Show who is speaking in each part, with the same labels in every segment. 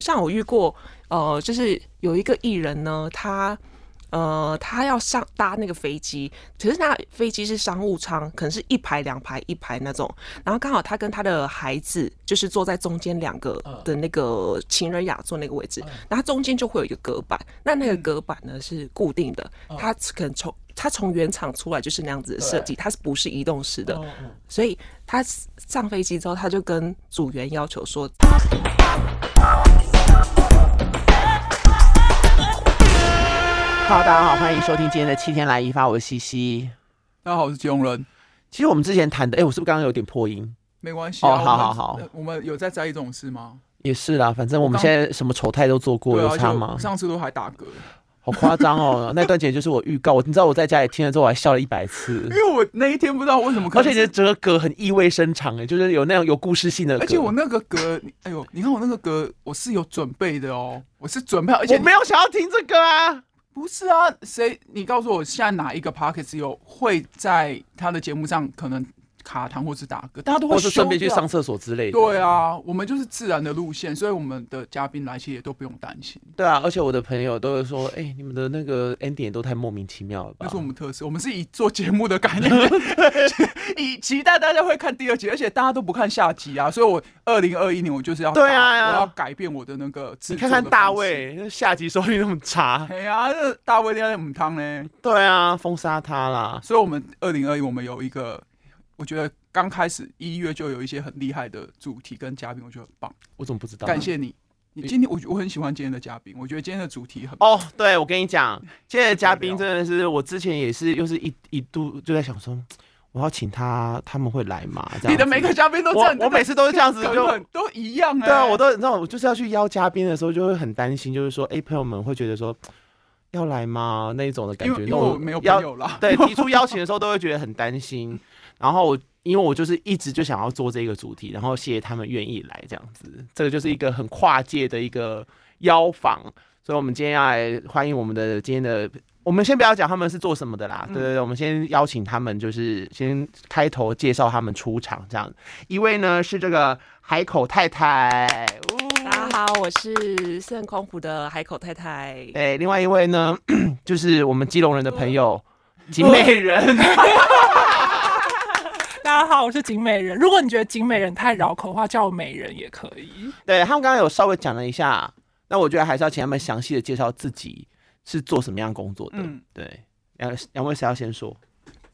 Speaker 1: 像我遇过，呃，就是有一个艺人呢，他呃，他要上搭那个飞机，可是那飞机是商务舱，可能是一排两排一排那种，然后刚好他跟他的孩子就是坐在中间两个的那个情人雅座那个位置，然后中间就会有一个隔板，那那个隔板呢是固定的，它可能从它从原厂出来就是那样子的设计，它是不是移动式
Speaker 2: 嗯
Speaker 3: 哦
Speaker 1: 的？所以他上飞机之后，他就跟组员要求说，
Speaker 2: Hello，大家好，欢迎收听今天的七天来一发，我是西西。
Speaker 3: 大家好，我是吉隆人，
Speaker 2: 其实我们之前谈的，哎、我是不是刚刚有点破音？
Speaker 3: 没关系、啊。
Speaker 2: 哦
Speaker 3: 我们
Speaker 2: 好好好
Speaker 3: 呃我们有在在意这种事吗？
Speaker 2: 也是啦，反正我们
Speaker 3: 我刚
Speaker 2: 现在什么丑态都做过，
Speaker 3: 对啊，
Speaker 2: 有
Speaker 3: 而且
Speaker 2: 差
Speaker 3: 我
Speaker 2: 吗？
Speaker 3: 上次都还打嗝，
Speaker 2: 好夸张 哦！那段简直就是我预告，我你知道我在家里听了之后，我还笑了一百次
Speaker 3: 因。为我那一天不知道为什么，
Speaker 2: 而且你的这个歌很意味深长哎，就是有那样有故事性的歌。
Speaker 3: 而且我那个嗝，哎呦，你看我那个嗝，我是有准备的哦，我是准备好，而且
Speaker 2: 我没有想要听这个啊。
Speaker 3: 不是啊，谁？你告诉我，现在哪一个 p o c k e t 有会在他的节目上可能卡痰或是打嗝，大家都会
Speaker 2: 或是顺便去
Speaker 3: 修掉
Speaker 2: 上。厕所之类的。
Speaker 3: 对啊，我们就是自然的路线，所以我们的嘉宾来其实也都不用担心，
Speaker 2: 对啊，而且我的朋友都会说，哎、你们的那个 ending 也都太莫名其妙了吧
Speaker 3: 那是我？们特色。我们是以做节目的概念， 以 期待大家会看第二集，而且大家都不看下集啊，所以我二零二一年我就是要
Speaker 2: 对啊
Speaker 3: 打
Speaker 2: 啊
Speaker 3: 我要改变我的那个制
Speaker 2: 你
Speaker 3: 作
Speaker 2: 看看
Speaker 3: 的
Speaker 2: 大
Speaker 3: 方式。
Speaker 2: 卫那下集收益那么差，
Speaker 3: 哎呀，这大卫在那母汤呢，
Speaker 2: 对啊，封杀他啦。
Speaker 3: 所以我们二零二一我们有一个，我觉得刚开始一月就有一些很厉害的主题跟嘉宾，我觉得很棒，
Speaker 2: 我怎么不知道？
Speaker 3: 感谢你。你今天我我很喜欢今天的嘉宾，我觉得今天的主题很
Speaker 2: 哦，对，我跟你 讲，今天的嘉宾
Speaker 3: 无聊
Speaker 2: 真的是，我之前也是，又是一一度就在想说，我要请他，他们会来 吗？这样子
Speaker 3: 你的每个嘉宾都这样，
Speaker 2: 我我每次都是这样 子，
Speaker 3: 根
Speaker 2: 就
Speaker 3: 本都一样哎、
Speaker 2: 对啊，我都你知道，我就是要去邀嘉宾的时候，就会很担心，就是说，哎、朋友们会觉得说要来吗那一种的感
Speaker 3: 因
Speaker 2: 觉，
Speaker 3: 为因
Speaker 2: 那
Speaker 3: 为
Speaker 2: 种
Speaker 3: 我没有
Speaker 2: 邀
Speaker 3: 朋友啦，
Speaker 2: 对，提出邀请的时候都会觉得很担心。然后我因为我就是一直就想要做这个主题，然后谢谢他们愿意来这样子，这个就是一个很跨界的一个邀访。所以，我们今天要来欢迎我们的今天的，我们先不要讲他们是做什么的啦，对对对，我们先邀请他们，就是先开头介绍他们出场这样。一位呢是这个海口太太，
Speaker 1: 大家好，我是圣空湖的海口太太。
Speaker 2: 对，另外一位呢 就是我们基隆人的朋友景美人，
Speaker 4: 大家好，我是景美人。如果你觉得景美人太绕口的话，叫我美人也可以。
Speaker 2: 对他们刚刚有稍微讲了一下，那我觉得还是要请他们详细的介绍自己是做什么样工作的。
Speaker 3: 嗯
Speaker 2: 对，两两位谁要先说？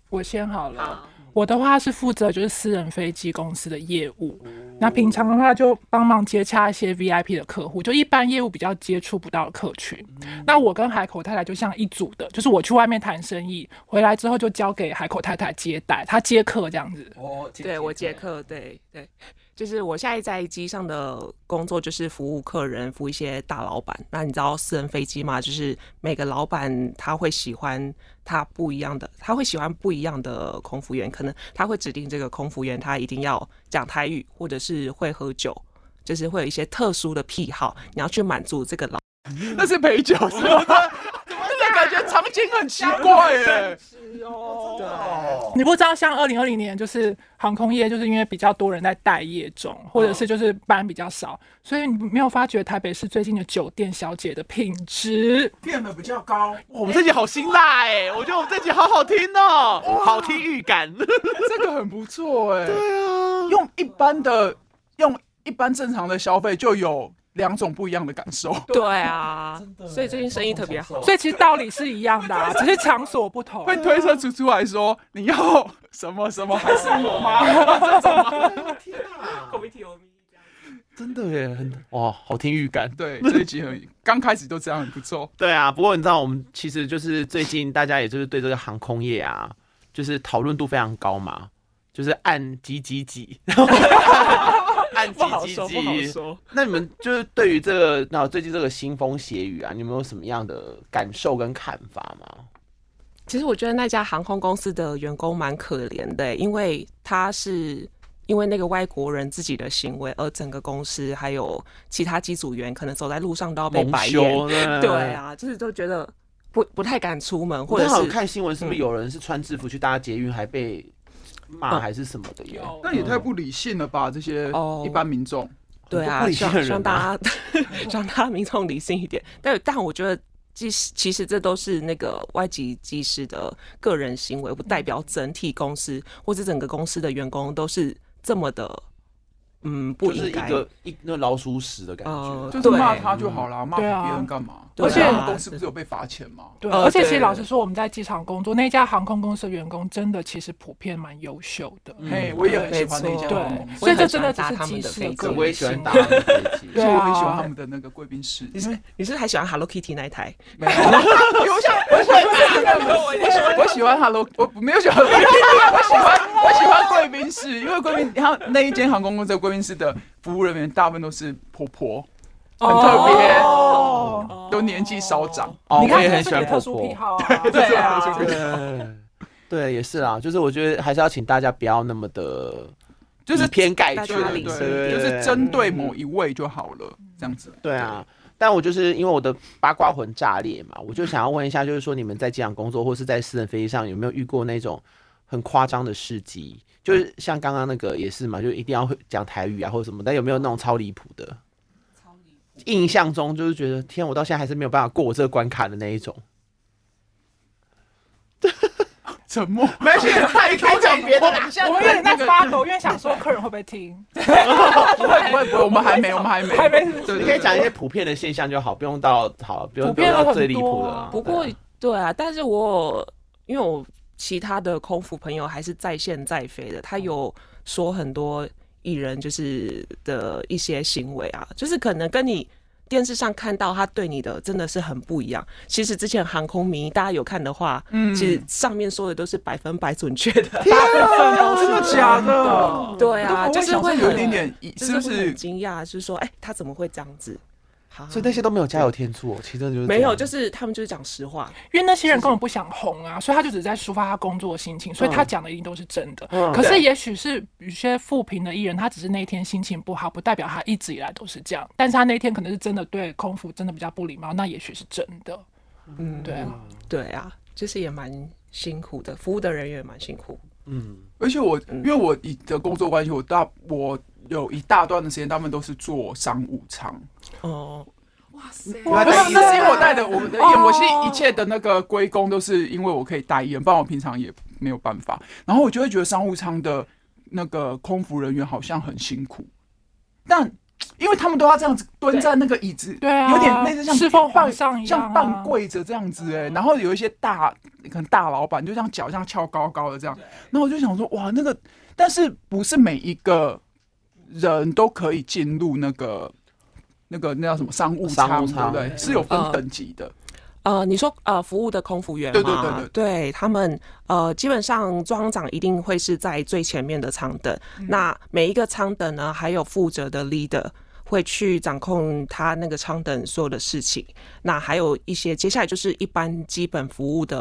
Speaker 4: 我先好了。我的话是负责就是私人飞机公司的业务，那平常的话就帮忙接洽一些 VIP 的客户，就一般业务比较接触不到的客群。那我跟海口太太就像一组的，就是我去外面谈生意，回来之后就交给海口太太接待，她接客这样子。
Speaker 1: 对我接客，对对，就是我现在在机上的工作就是服务客人，服务一些大老板。那你知道私人飞机嘛？就是每个老板他会喜欢他不一样的，他会喜欢不一样的空服员，可能他会指定这个空服员他一定要讲台语，或者是会喝酒。就是会有一些特殊的癖好，你要去满足这个老。
Speaker 3: 那是陪酒是吗？那感觉场景很奇怪耶。
Speaker 4: 你不知道，像二零二零年，就是航空业，就是因为比较多人在待业中，
Speaker 2: 嗯
Speaker 4: 或者是就是班比较少，所以你没有发觉台北市最近的酒店小姐的品质。
Speaker 3: 变得比较高，
Speaker 2: 我们这集好辛辣哎、我觉得我们这集好好听哦、好听预感。
Speaker 3: 这个很不错哎。对啊，用一般的，用一般正常的消费就有两种不一样的感受。
Speaker 1: 对 啊，所以最近生意特别好。
Speaker 4: 所以其实道理是一样 的、啊，只是场所不 同。
Speaker 3: 会推车出出来说你要什么什么，还是我吗？
Speaker 2: 真的耶，很哇，好听预感。
Speaker 3: 对，这一集很刚开始就这样，很不错。
Speaker 2: 对啊，不过你知道，我们其实就是最近大家也就是对这个航空业啊，就是讨论度非常高嘛，就是按几几几， 按几几几。
Speaker 3: 说。
Speaker 2: 那你们就是对于这个，那最近这个腥风血雨啊，你们有什么样的感受跟看法吗？
Speaker 1: 其实我觉得那家航空公司的员工蛮可怜的欸，因为他是因为那个外国人自己的行为，而整个公司还有其他机组员可能走在路上都要被
Speaker 2: 蒙
Speaker 1: 白眼。
Speaker 2: 羞呢？
Speaker 1: 啊对，啊，就是都觉得不不太敢出门，或
Speaker 2: 我
Speaker 1: 者
Speaker 2: 刚好
Speaker 1: 是
Speaker 2: 看新闻，是不是有人是穿制服去搭捷运还被骂还是什么的耶？
Speaker 3: 那也太不理性了吧，这些
Speaker 1: 哦
Speaker 3: 一般民众。
Speaker 1: 对
Speaker 2: 不
Speaker 1: 啊，
Speaker 2: 理
Speaker 1: 希
Speaker 2: 性
Speaker 1: 望
Speaker 2: 的
Speaker 1: 希
Speaker 2: 人
Speaker 1: 望大家 希望大家民众理性一点。但但我觉得，其实其实这都是那个外籍技师的个人行为，不代表整体公司或者整个公司的员工都是这么的，嗯，不
Speaker 2: 就是
Speaker 1: 应
Speaker 2: 一
Speaker 1: 该。
Speaker 2: 个一那老鼠屎的感
Speaker 1: 哦
Speaker 2: 觉，啊
Speaker 3: 就是
Speaker 1: 对
Speaker 3: 骂他就好啦，骂别
Speaker 4: 对啊
Speaker 3: 人干嘛？
Speaker 1: 对
Speaker 4: 啊
Speaker 3: 我们公司不是有被罚钱吗？
Speaker 4: 对，
Speaker 2: 哦
Speaker 1: 呃
Speaker 4: 而且其
Speaker 1: 对
Speaker 4: 实老实说，我们在机场工作，那家航空公司的员工真的其实普遍蛮优秀的。
Speaker 2: 嗯
Speaker 3: 嘿，我也很喜欢那家
Speaker 1: 没错
Speaker 3: 航空公
Speaker 4: 对，
Speaker 3: 司，
Speaker 1: 我
Speaker 4: 所
Speaker 1: 也
Speaker 4: 以这
Speaker 1: 很喜
Speaker 4: 真
Speaker 1: 欢
Speaker 4: 只
Speaker 1: 搭
Speaker 4: 是
Speaker 1: 他们
Speaker 4: 技
Speaker 1: 的
Speaker 4: 师
Speaker 1: 飞
Speaker 4: 的
Speaker 1: 机
Speaker 4: 个
Speaker 1: 对
Speaker 4: 人
Speaker 2: 我也喜欢
Speaker 4: 行
Speaker 2: 打
Speaker 4: 为
Speaker 2: 人飞机。
Speaker 4: 对
Speaker 3: 所以我很喜欢
Speaker 4: 啊
Speaker 3: 他，们的那个贵宾室。
Speaker 1: 你是你是不是还喜欢 Hello Kitty 那一台？
Speaker 3: 没有， 我想，我想，我喜欢，我喜欢 Hello，我没有喜欢 Hello Kitty，我喜欢，我喜欢贵宾室，因为贵宾，然后那一间航空公司的贵宾室的服务人员大部分都是婆婆，很特别，
Speaker 4: 哦，
Speaker 3: 都年纪稍长。
Speaker 2: 哦
Speaker 4: 你看，
Speaker 2: 我也很喜
Speaker 4: 这是
Speaker 2: 欢
Speaker 4: 你的特
Speaker 2: 婆
Speaker 4: 殊
Speaker 2: 婆
Speaker 4: 癖好啊，
Speaker 3: 对 啊
Speaker 4: 啊，
Speaker 2: 对，对，也是啦，就是我觉得还是要请大家不要那么的，
Speaker 3: 就是
Speaker 2: 以偏概
Speaker 1: 大
Speaker 2: 全，
Speaker 1: 家理
Speaker 2: 对
Speaker 1: 性
Speaker 2: 哦对，
Speaker 3: 就是
Speaker 2: 真
Speaker 3: 针对某一位就好了，这样子。
Speaker 2: 对啊。但我就是因为我的八卦魂炸裂嘛，我就想要问一下，就是说你们在机场工作 或是在私人飞机上有没有遇过那种很夸张的事迹？就是像刚刚那个也是嘛，就一定要会讲台语啊或者什么，但有没有那种超离谱的？印象中就是觉得天，我到现在还是没有办法过我这个关卡的那一种。
Speaker 3: 沉默，没事，太多讲别的啦。
Speaker 4: 我们有点在发抖，因为想说客人会不会听。
Speaker 3: 不会不会不会，我们还没，我们还没，
Speaker 4: 还没
Speaker 3: 对。
Speaker 2: 你
Speaker 3: 你
Speaker 2: 可以讲一些普遍的现象就好，不用到好，不用
Speaker 4: 普
Speaker 2: 不用
Speaker 4: 遍
Speaker 2: 到
Speaker 4: 有
Speaker 2: 最
Speaker 4: 很
Speaker 2: 离
Speaker 4: 多
Speaker 2: 谱的
Speaker 4: 啊
Speaker 2: 啊。
Speaker 1: 不过对啊，但是我因为我其他的空服朋友还是在线在飞的，他有说很多艺人就是的一些行为啊，就是可能跟你。电视上看到他对你的真的是很不一样。其实之前航空迷大家有看的话，嗯，其实上面说的都是百分百准确的。
Speaker 2: 啊
Speaker 3: 分都是哦假的，
Speaker 1: 对啊，
Speaker 3: 我
Speaker 1: 就是
Speaker 3: 想说
Speaker 1: 会
Speaker 3: 有一
Speaker 1: 很
Speaker 3: 点点，
Speaker 1: 就是
Speaker 3: 是不
Speaker 1: 会很
Speaker 3: 是？
Speaker 1: 惊讶？就是说，哎、他怎么会这样子？啊
Speaker 2: 所以那些都没有加油添醋哦，其实真的就是
Speaker 1: 没有，
Speaker 2: 这
Speaker 1: 就
Speaker 2: 样
Speaker 1: 是他们就是讲实话。
Speaker 4: 因为那些人根本不想红啊，所以他就只在抒发他工作的心情，所以他讲的一定都是真的。
Speaker 2: 嗯
Speaker 4: 可是
Speaker 3: 对
Speaker 4: 也许是有些负评的艺人，他只是那一天心情不好，不代表他一直以来都是这样。但是他那天可能是真的对空服真的比较不礼貌，那也许是真的。
Speaker 1: 嗯，
Speaker 4: 对啊，
Speaker 1: 对啊，就是也蛮辛苦的，服务的人员也蛮辛苦。
Speaker 2: 嗯，
Speaker 3: 而且我因为我以的工作关系，我大我有一大段的时间，他们都是做商务舱。
Speaker 1: 哦，
Speaker 3: 不是，那是因为我带的我们的烟，我是一切的那个归功都是因为我可以带烟，不然我平常也没有办法。然后我就会觉得商务舱的那个空服人员好像很辛苦，但因为他们都要这样子蹲在那个椅子，
Speaker 4: 对啊
Speaker 3: 有点类似像
Speaker 4: 侍奉
Speaker 3: 半
Speaker 4: 皇上一样啊
Speaker 3: 像半跪着这样子哎、然后有一些大可能大老板就这样脚像翘高高的这样，然后我就想说哇，那个但是不是每一个人都可以进入那个。那个那叫什么商务
Speaker 2: 商
Speaker 3: 舱，
Speaker 2: 务
Speaker 3: 对不
Speaker 2: 舱
Speaker 3: 对？是有分
Speaker 1: 嗯
Speaker 3: 等级的，
Speaker 1: 呃，你说呃，服务的空服员
Speaker 3: 对对
Speaker 1: 嘛，
Speaker 3: 对对
Speaker 1: 对他们呃，基本上庄长一定会是在最前面的舱等，
Speaker 3: 嗯
Speaker 1: 那每一个舱等呢，还有负责的 leader。会去掌控他那个舱等所有的事情，那还有一些接下来就是一般基本服务的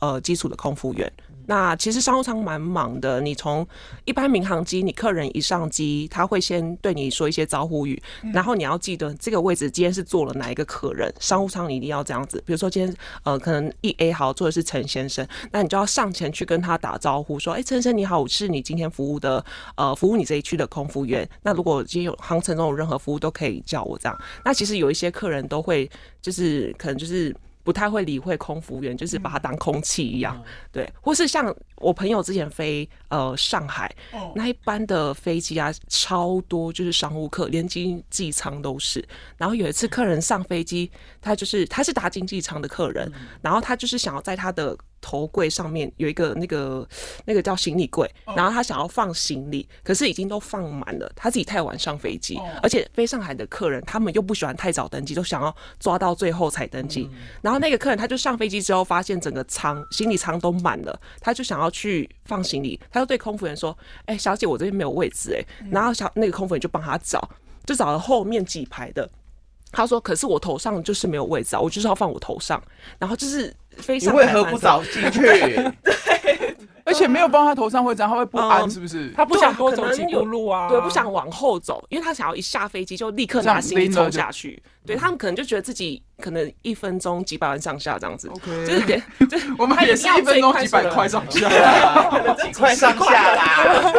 Speaker 1: 呃基础的空服员。那其实商务舱蛮忙的，你从一般民航机，你客人一上机，他会先对你说一些招呼语，然后你要记得这个位置今天是坐了哪一个客人，商务舱你一定要这样子。比如说今天呃，可能 E A 好坐的是陈先生，那你就要上前去跟他打招呼，说：“哎、陈先生你好，我是你今天服务的呃服务你这一区的空服员。那如果今天有航程中有任何服务都可以叫我这样。”那其实有一些客人都会就是可能就是。不太会理会空服员，就是把他当空气一样，对，或是像我朋友之前飞呃上海，那一班的飞机啊，超多就是商务客，连经济舱都是。然后有一次客人上飞机，他就是他是搭经济舱的客人，然后他就是想要在他的头柜上面有一个那个那个叫行李柜，然后他想要放行李，可是已经都放满了，他自己太晚上飞机，而且飞上海的客人他们又不喜欢太早登机，都想要抓到最后才登机。然后那个客人他就上飞机之后，发现整个舱行李舱都满了，他就想要去放行李，他就对空服员说：“哎、小姐，我这边没有位置。”哎，然后小那个空服员就帮他找，就找了后面几排的。他说：“可是我头上就是没有位置啊，我就是要放我头上。”然后就是非
Speaker 2: 你
Speaker 1: 常
Speaker 2: 为何不？早进去？
Speaker 3: 而且没有放他头上会这样，他会不安，
Speaker 1: 嗯
Speaker 3: 是不是？
Speaker 4: 他不想多
Speaker 1: 对可
Speaker 4: 走
Speaker 1: 能
Speaker 4: 几步
Speaker 1: 有
Speaker 4: 路啊，
Speaker 1: 对，不想往后走，因为他想要一下飞机就立刻
Speaker 3: 这样
Speaker 1: 拿行李
Speaker 3: 拎了
Speaker 1: 冲
Speaker 3: 就
Speaker 1: 下去。对他们可能就觉得自己可能一分钟几百万上下这样子
Speaker 3: OK
Speaker 1: 就是得就是
Speaker 3: 我们也是一分钟几百 块上啊下，
Speaker 2: 快上下啦，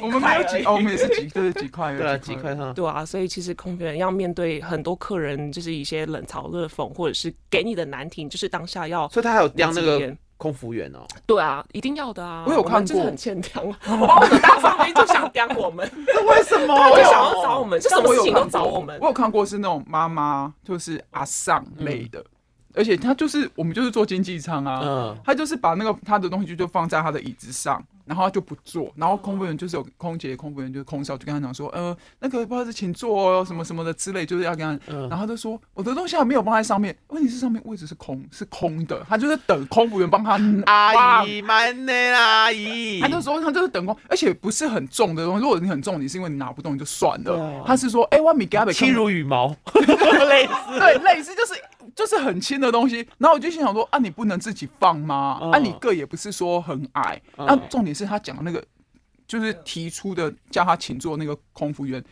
Speaker 3: 我们没有几，哦我们也是几，对对几块，
Speaker 2: 对了，啊几块上。
Speaker 1: 对啊，所以其实空服员要面对很多客人，就是一些冷嘲热讽，或者是给你的难题，就是当下要
Speaker 2: 所以他还有当那
Speaker 1: 有经
Speaker 2: 个
Speaker 1: 验
Speaker 2: 空服员哦，
Speaker 1: 对啊，一定要的啊。
Speaker 3: 我有看
Speaker 1: 们真的
Speaker 3: 过
Speaker 1: 很欠刁， 我把我的大上飞就想刁我们，
Speaker 2: 这为什么？
Speaker 1: 就想要找我们，就什
Speaker 3: 但
Speaker 1: 么
Speaker 3: 我有
Speaker 1: 事情都
Speaker 3: 看
Speaker 1: 找
Speaker 3: 过
Speaker 1: 我们
Speaker 3: 我。有看过是那种妈妈，就是阿丧类的，而且她就是我们就是坐经济舱啊，
Speaker 2: 嗯
Speaker 3: 她就是把那个她的东西就放在她的椅子上，然后她就不坐，然后空服员就是有空姐、空服员就是空少就跟她讲说，呃，那个不好意思，请坐哦，什么什么的之类，就是要跟她，
Speaker 2: 嗯
Speaker 3: 然后她就说我的东西还没有放在上面，问题是上面位置是空，是空的，她就是等空服员帮她
Speaker 2: 阿姨，慢点啦，阿姨
Speaker 3: 他。就说他就是等空，而且不是很重的东西。如果你很重，你是因为你拿不动你就算
Speaker 2: 对
Speaker 3: 了
Speaker 2: 啊。
Speaker 3: 他是说，哎、我米给他被
Speaker 2: 轻如羽毛，类似。
Speaker 3: 对，类似就是就是很轻的东西。然后我就心想说，啊，你不能自己放吗？
Speaker 2: 嗯
Speaker 3: 啊，你个也不是说很矮。
Speaker 2: 嗯
Speaker 3: 那、重点是他讲的那个，就是提出的叫他请坐那个空服员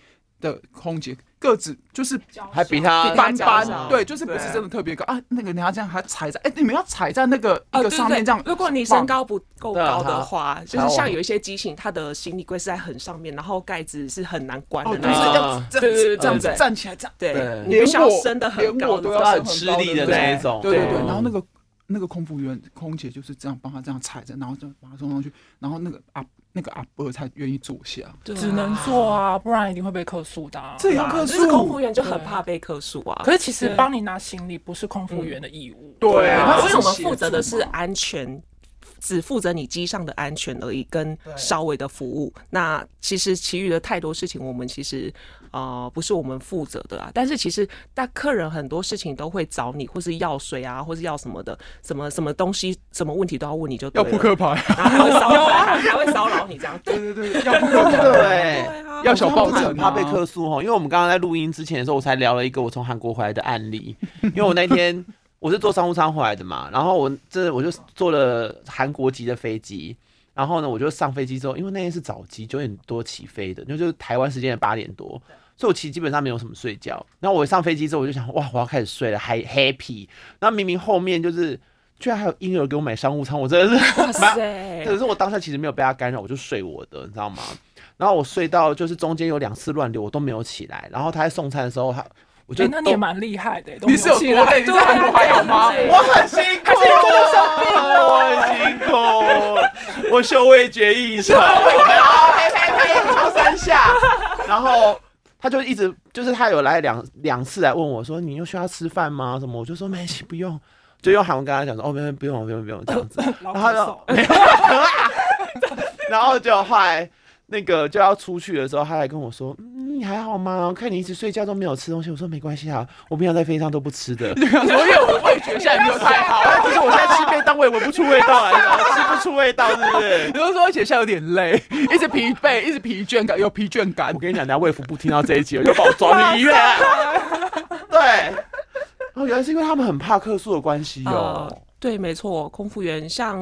Speaker 3: 的空姐个子就是
Speaker 2: 还比他
Speaker 3: 斑
Speaker 1: 较
Speaker 3: 斑，
Speaker 1: 小
Speaker 3: 对，就是不是真的特别高啊。那个人家这样还踩在，哎、你们要踩在那个一
Speaker 1: 哦
Speaker 3: 个
Speaker 1: 对
Speaker 3: 上
Speaker 1: 对
Speaker 3: 面这样。
Speaker 1: 如果你身高不够
Speaker 2: 对啊
Speaker 1: 高
Speaker 2: 它
Speaker 1: 的话，就
Speaker 2: 它
Speaker 1: 是
Speaker 2: 往
Speaker 1: 像有一些机型，它的行李柜是在很上面，然后盖子是很难关
Speaker 3: 哦，
Speaker 1: 的
Speaker 3: 就
Speaker 1: 那
Speaker 3: 是
Speaker 1: 一种。
Speaker 2: 对
Speaker 3: 要这样子
Speaker 1: 对对对对
Speaker 3: 这样子
Speaker 1: 对
Speaker 3: 站起来这样。
Speaker 1: 对
Speaker 2: 对，
Speaker 1: 你必须要
Speaker 3: 连我
Speaker 1: 升的很
Speaker 3: 连
Speaker 1: 高
Speaker 3: 我都
Speaker 1: 的
Speaker 3: 要
Speaker 1: 那种
Speaker 3: 升
Speaker 2: 很吃力的那一种，
Speaker 3: 对对对，
Speaker 2: 嗯
Speaker 3: 然后那个那个空服员空姐就是这样帮他这样踩着，然后就把他送上去，然后那个阿那个阿伯才愿意坐下。
Speaker 1: 对啊
Speaker 4: 只能做啊，不然一定会被客诉的啊。
Speaker 3: 这也要
Speaker 1: 就
Speaker 3: 克
Speaker 1: 是空服
Speaker 3: 数，
Speaker 1: 员就很怕被客诉啊。
Speaker 4: 可是其实帮你拿行李不是空服员的义务。
Speaker 3: 对
Speaker 1: 啊，
Speaker 3: 啊，
Speaker 1: 所以
Speaker 3: 是
Speaker 1: 我们负责的是安全，只负责你机上的安全而已，跟稍微的服务。那其实其余的太多事情，我们其实呃不是我们负责的啊。但是其实那客人很多事情都会找你，或是要水啊，或是要什么的，什么什么东西，什么问题都要问你就对
Speaker 3: 要
Speaker 1: 了。
Speaker 3: 扑克牌，啊
Speaker 1: 然后还会骚扰，还会骚扰你这 样。对
Speaker 3: 对对对，要扑克牌，
Speaker 2: 对
Speaker 1: 对啊，
Speaker 3: 要小抱
Speaker 2: 真的很
Speaker 3: 枕
Speaker 2: 怕
Speaker 3: 啊
Speaker 2: 被客诉哦哈，因为我们刚刚在录音之前的时候，我才聊了一个我从韩国回来的案例，因为我那天我是坐商务舱回来的嘛，然后我这我就坐了韩国籍的飞机，然后呢我就上飞机之后，因为那天是早机，九点多起飞的，那就是台湾时间的八点多。所以我其实基本上没有什么睡觉，然后我上飞机之后我就想，哇，我要开始睡了，还 happy。那明明后面就是，居然还有婴儿给我买商务舱，我真的是
Speaker 1: 哇
Speaker 2: 蛮
Speaker 4: 啊
Speaker 1: 塞，呃
Speaker 2: 可是我当下其实没有被他干扰，我就睡我的，你知道吗？然后我睡到就是中间有两次乱流，我都没有起来。然后他在送餐的时候，他我就
Speaker 4: 哎，
Speaker 2: 都、
Speaker 4: 那你也蛮厉害的，
Speaker 3: 你是有
Speaker 4: 起
Speaker 3: 多累？
Speaker 4: 来
Speaker 3: 你在韩国还好吗？
Speaker 1: 对
Speaker 2: 我很辛苦，啊我很辛苦，我嗅味觉异 常，拍拍拍敲三下，然后。他就一直就是他有来两两次来问我说你又需要吃饭吗？什么？我就说没关系，不用，就用韩文跟他讲说哦，没有不用不用不用这样子。
Speaker 4: 老
Speaker 2: 然后
Speaker 4: 咳
Speaker 2: 就
Speaker 4: 嗽
Speaker 2: 然后就后来那个就要出去的时候，他还跟我说：“嗯，你还好吗？我看你一直睡觉都没有吃东西。”我说：“没关系啊，我平常在飞机上都不吃的。
Speaker 3: 对啊，所以我的味觉现在没有太好，啊
Speaker 2: 但其实我现在吃便当，我也闻不出味道来了， 吃不出味道，是不是？”
Speaker 3: 比如说而且现在 有点累，一直疲惫，一直疲倦感，有疲倦感
Speaker 2: 我。跟你讲，人家卫福部听到这一集，又把我抓 去医院。对，然后原来是因为他们很怕客诉的关系哦。
Speaker 1: 呃，对，没错，空服员像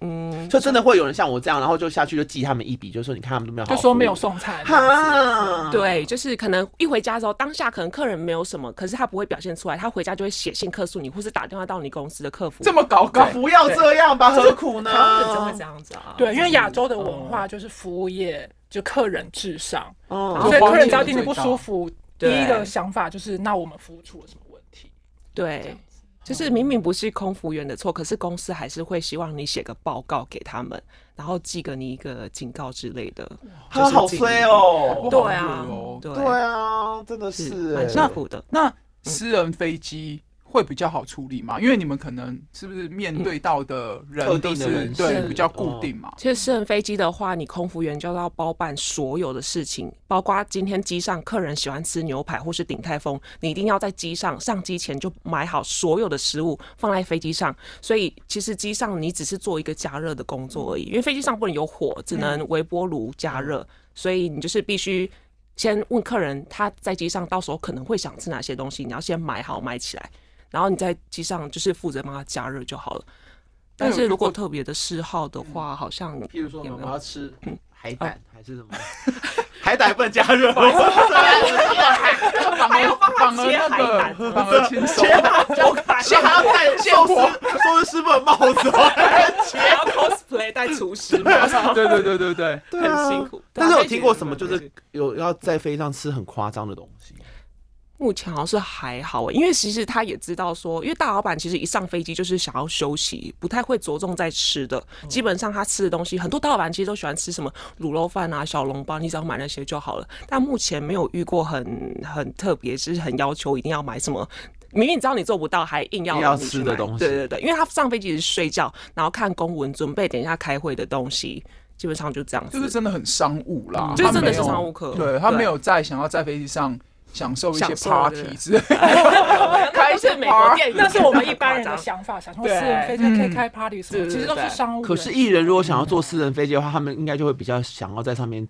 Speaker 1: 嗯，
Speaker 2: 就真的会有人像我这样，然后就下去就记他们一笔，就说你看他们都没有好好
Speaker 4: 就
Speaker 2: 服务，
Speaker 4: 说没有送餐，
Speaker 2: 哈，
Speaker 1: 对，就是可能一回家之后，当下可能客人没有什么，可是他不会表现出来，他回家就会写信客诉你，或是打电话到你公司的客服。
Speaker 3: 这么搞搞，
Speaker 2: 不要这样吧，何苦呢？
Speaker 1: 台湾人真会这样子啊？
Speaker 4: 对，因为亚洲的文化就是服务业就客人至上，
Speaker 1: 啊
Speaker 2: 嗯
Speaker 4: 所以客人只要听你不舒服，第
Speaker 1: 对
Speaker 4: 一个想法就是那我们服务出了什么问题？
Speaker 1: 对，就是明明不是空服员的错，可是公司还是会希望你写个报告给他们，然后寄给你一个警告之类的。
Speaker 2: 他好衰哦。
Speaker 1: 对啊
Speaker 3: 哦，
Speaker 1: 对，
Speaker 2: 对啊，真的是
Speaker 1: 蛮
Speaker 2: 欸。
Speaker 1: 辛苦的。
Speaker 3: 那私人飞机会比较好处理嘛？因为你们可能是不是面对到的
Speaker 2: 特
Speaker 3: 人
Speaker 2: 定
Speaker 3: 都
Speaker 2: 的
Speaker 3: 是
Speaker 2: 人
Speaker 3: 对
Speaker 1: 是哦
Speaker 3: 比较固定嘛？
Speaker 1: 其实私人飞机的话，你空服员就要包办所有的事情，包括今天机上客人喜欢吃牛排或是鼎泰丰，你一定要在机上上机前就买好所有的食物放在飞机上。所以其实机上你只是做一个加热的工作而已，因为飞机上不能有火，只能微波炉加热，所以你就是必须。先问客人他在机上到时候可能会想吃哪些东西，你要先买好买起来，然后你在机上就是负责帮他加热就好了。但哎是如果特别的嗜好的话，好像
Speaker 2: 譬如说我
Speaker 1: 有
Speaker 2: 们
Speaker 1: 没有
Speaker 2: 要吃海胆还是什么？ 海胆不能加热，我
Speaker 3: 反而反而那个反而轻松，
Speaker 2: 现在要戴寿 司寿司师傅的帽子哦，
Speaker 1: 还要 cosplay 带厨师 啊帽，
Speaker 3: 对对对对对，
Speaker 2: 啊
Speaker 1: 很辛苦。
Speaker 2: 但是有听过什么就是有要在飞机上吃很夸张的东西？
Speaker 1: 目前好像是还好欸，因为其实他也知道说，因为大老板其实一上飞机就是想要休息，不太会着重在吃的。
Speaker 3: 嗯
Speaker 1: 基本上他吃的东西，很多大老板其实都喜欢吃什么卤肉饭啊、小笼包，你只要买那些就好了。但目前没有遇过很很特别，就是很要求一定要买什么。明明你知道你做不到，还硬要
Speaker 2: 硬要
Speaker 1: 你去
Speaker 2: 吃的
Speaker 1: 买
Speaker 2: 东西
Speaker 1: 对对对，因为他上飞机是睡觉，然后看公文，准备等一下开会的东西，基本上就这样子。
Speaker 3: 就是真的很商务啦，
Speaker 1: 就是真的是
Speaker 3: 他没有
Speaker 1: 商务客
Speaker 3: 对他
Speaker 1: 嗯对
Speaker 3: 没有在想要在飞机上享受一些
Speaker 1: 享受
Speaker 3: party
Speaker 1: 对
Speaker 3: 之类的，
Speaker 4: 哎
Speaker 1: 开是美国电影，
Speaker 4: 那是我们一般人的想法，想说私人飞机可以开 party 什么，
Speaker 1: 嗯对
Speaker 4: 其实都是商务人。
Speaker 2: 可是艺人如果想要坐私人飞机的话，他们应该就会比较想要在上面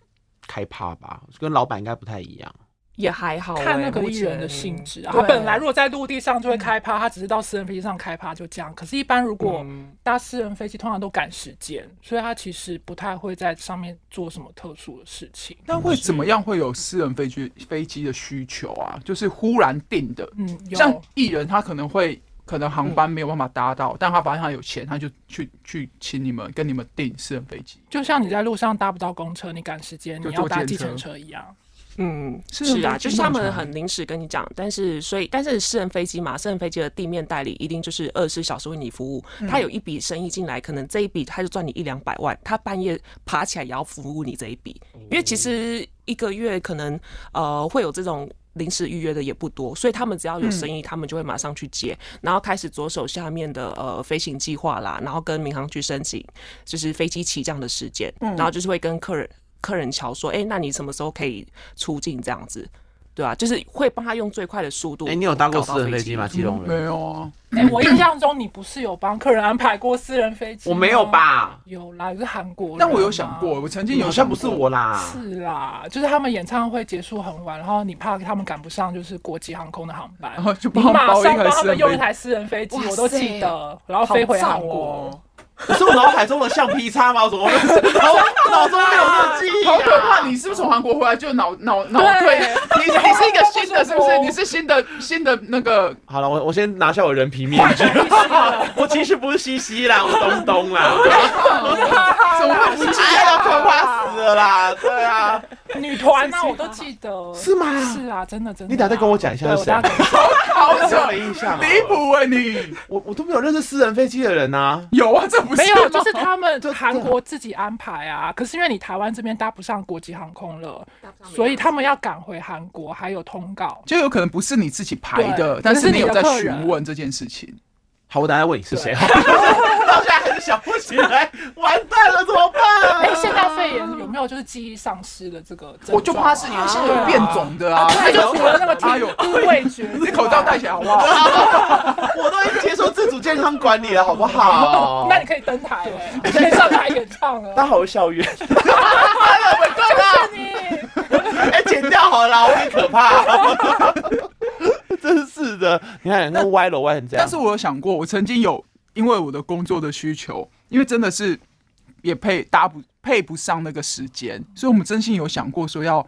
Speaker 2: 开趴吧，跟老板应该不太一样。
Speaker 1: 也还好欸，
Speaker 4: 看那个
Speaker 1: 目
Speaker 4: 艺人的
Speaker 1: 前
Speaker 4: 性质啊，
Speaker 1: 对
Speaker 4: 他本来如果在陆地上就会开趴，他只是到私人飞机上开趴就这样。可是，一般如果
Speaker 1: 嗯
Speaker 4: 搭私人飞机，通常都赶时间，所以他其实不太会在上面做什么特殊的事情。
Speaker 3: 那会怎么样？会有私人飞机飞机的需求啊？就是忽然定的，
Speaker 4: 嗯，有
Speaker 3: 像艺人他可能会可能航班没有办法搭到，但他发现他有钱，他就去去请你们跟你们订私人飞机。
Speaker 4: 就像你在路上搭不到公车，你赶时间，
Speaker 3: 就
Speaker 4: 你要搭
Speaker 3: 坐
Speaker 4: 计
Speaker 3: 电车
Speaker 4: 程车一样。
Speaker 1: 嗯，
Speaker 3: 是
Speaker 1: 是
Speaker 3: 很
Speaker 1: 啊，
Speaker 3: 多
Speaker 1: 就是
Speaker 3: 机
Speaker 1: 他
Speaker 3: 场
Speaker 1: 们
Speaker 3: 才
Speaker 1: 很临时跟你讲，但是所以但是私人飞机嘛，私人飞机的地面代理一定就是二十四小时为你服务，他有一笔生意进来，可能这一笔他就赚你一两百万，他半夜爬起来也要服务你这一笔，因为其实一个月可能呃会有这种。临时预约的也不多，所以他们只要有生意，他们就会马上去接，然后开始着手下面的呃飞行计划啦，然后跟民航局申请，就是飞机起降的时间，然后就是会跟客人客人瞧说，哎、那你什么时候可以出境这样子，对啊，就是会帮他用最快的速度。
Speaker 2: 哎、你有搭过私人飞机吗？？基隆
Speaker 3: 没
Speaker 2: 人？
Speaker 3: 有啊，
Speaker 4: 哎、我印象中你不是有帮客人安排过私人飞机？
Speaker 2: 我没有？吧？
Speaker 4: 有啦，是韩国人啊。
Speaker 3: 但我有想过，我曾经有
Speaker 2: 好
Speaker 3: 想
Speaker 2: 像
Speaker 3: 过
Speaker 2: 不是我啦。
Speaker 4: 是啦，就是他们演唱会结束很晚，然后你怕他们赶不上就是国际航空的航班，
Speaker 3: 然后就
Speaker 4: 你
Speaker 3: 帮他
Speaker 4: 马
Speaker 3: 包一
Speaker 4: 上
Speaker 3: 台
Speaker 4: 帮他
Speaker 3: 私人
Speaker 4: 们用一
Speaker 3: 飞机。
Speaker 4: 台私人飞机，
Speaker 1: 哇塞
Speaker 4: 我都记得，然后飞回韩
Speaker 1: 好
Speaker 4: 国。
Speaker 1: 赞哦
Speaker 2: 可是我脑海中的橡皮擦吗？我怎么会脑脑中没有这个记忆
Speaker 3: 好可
Speaker 2: 啊？
Speaker 3: 怕！你是不是从韩国回来就脑脑脑退
Speaker 4: 对？
Speaker 3: 你你是一个新的，是不是？ 你是新的新的那个
Speaker 2: 好了，我我先拿下我人皮面具。我其实不是西西啦，我东东啦。
Speaker 3: 怎么会不记
Speaker 2: 哎呀，
Speaker 3: 得？
Speaker 2: 可怕死了啦！对啊，
Speaker 4: 女 团啊，我都记得。
Speaker 2: 是吗
Speaker 4: 是啊，真的真的。
Speaker 2: 你打再跟我讲一下
Speaker 4: 对
Speaker 2: 是谁
Speaker 4: 我打给你
Speaker 3: 好
Speaker 2: 我
Speaker 3: 扯
Speaker 2: 有，印象啊。
Speaker 3: 离谱哎！你
Speaker 2: 我我都没有认识私人飞机的人啊。
Speaker 3: 有啊？这不是
Speaker 4: 没有，就是
Speaker 3: 吗啊
Speaker 4: 他们韩国自己安排啊。可是因为你台湾这边搭不上国际航空了，所以他们要赶回韩国，还有通告。
Speaker 3: 就有可能不是你自己排的，
Speaker 4: 对
Speaker 3: 但是
Speaker 4: 可是
Speaker 3: 你
Speaker 4: 你
Speaker 3: 有
Speaker 4: 的
Speaker 3: 在
Speaker 4: 客人
Speaker 3: 询问这件事情。
Speaker 2: 好，我等下问你是谁。到现在还是想不起来，完蛋了，怎么办？
Speaker 4: 哎、现在肺炎有没有就是记忆丧失的这个症状啊？
Speaker 3: 我就怕是因为现在有变种的啊，
Speaker 4: 他就除了那个
Speaker 3: 哎呦
Speaker 4: 体味觉，？
Speaker 3: 你口罩戴起来好不好？
Speaker 2: 我都已经接受自主健康管理了，好不好
Speaker 4: 那你可以登台哎、你可以上台演唱
Speaker 2: 大
Speaker 4: 了。
Speaker 2: 家好，我是校园，
Speaker 4: 就是你，
Speaker 2: 哎，剪掉好了啦，我很可怕。 真是的，你看那歪楼歪成这样。
Speaker 3: 但是我有想过，我曾经有因为我的工作的需求，因为真的是也配搭不配不上那个时间，所以我们真心有想过说要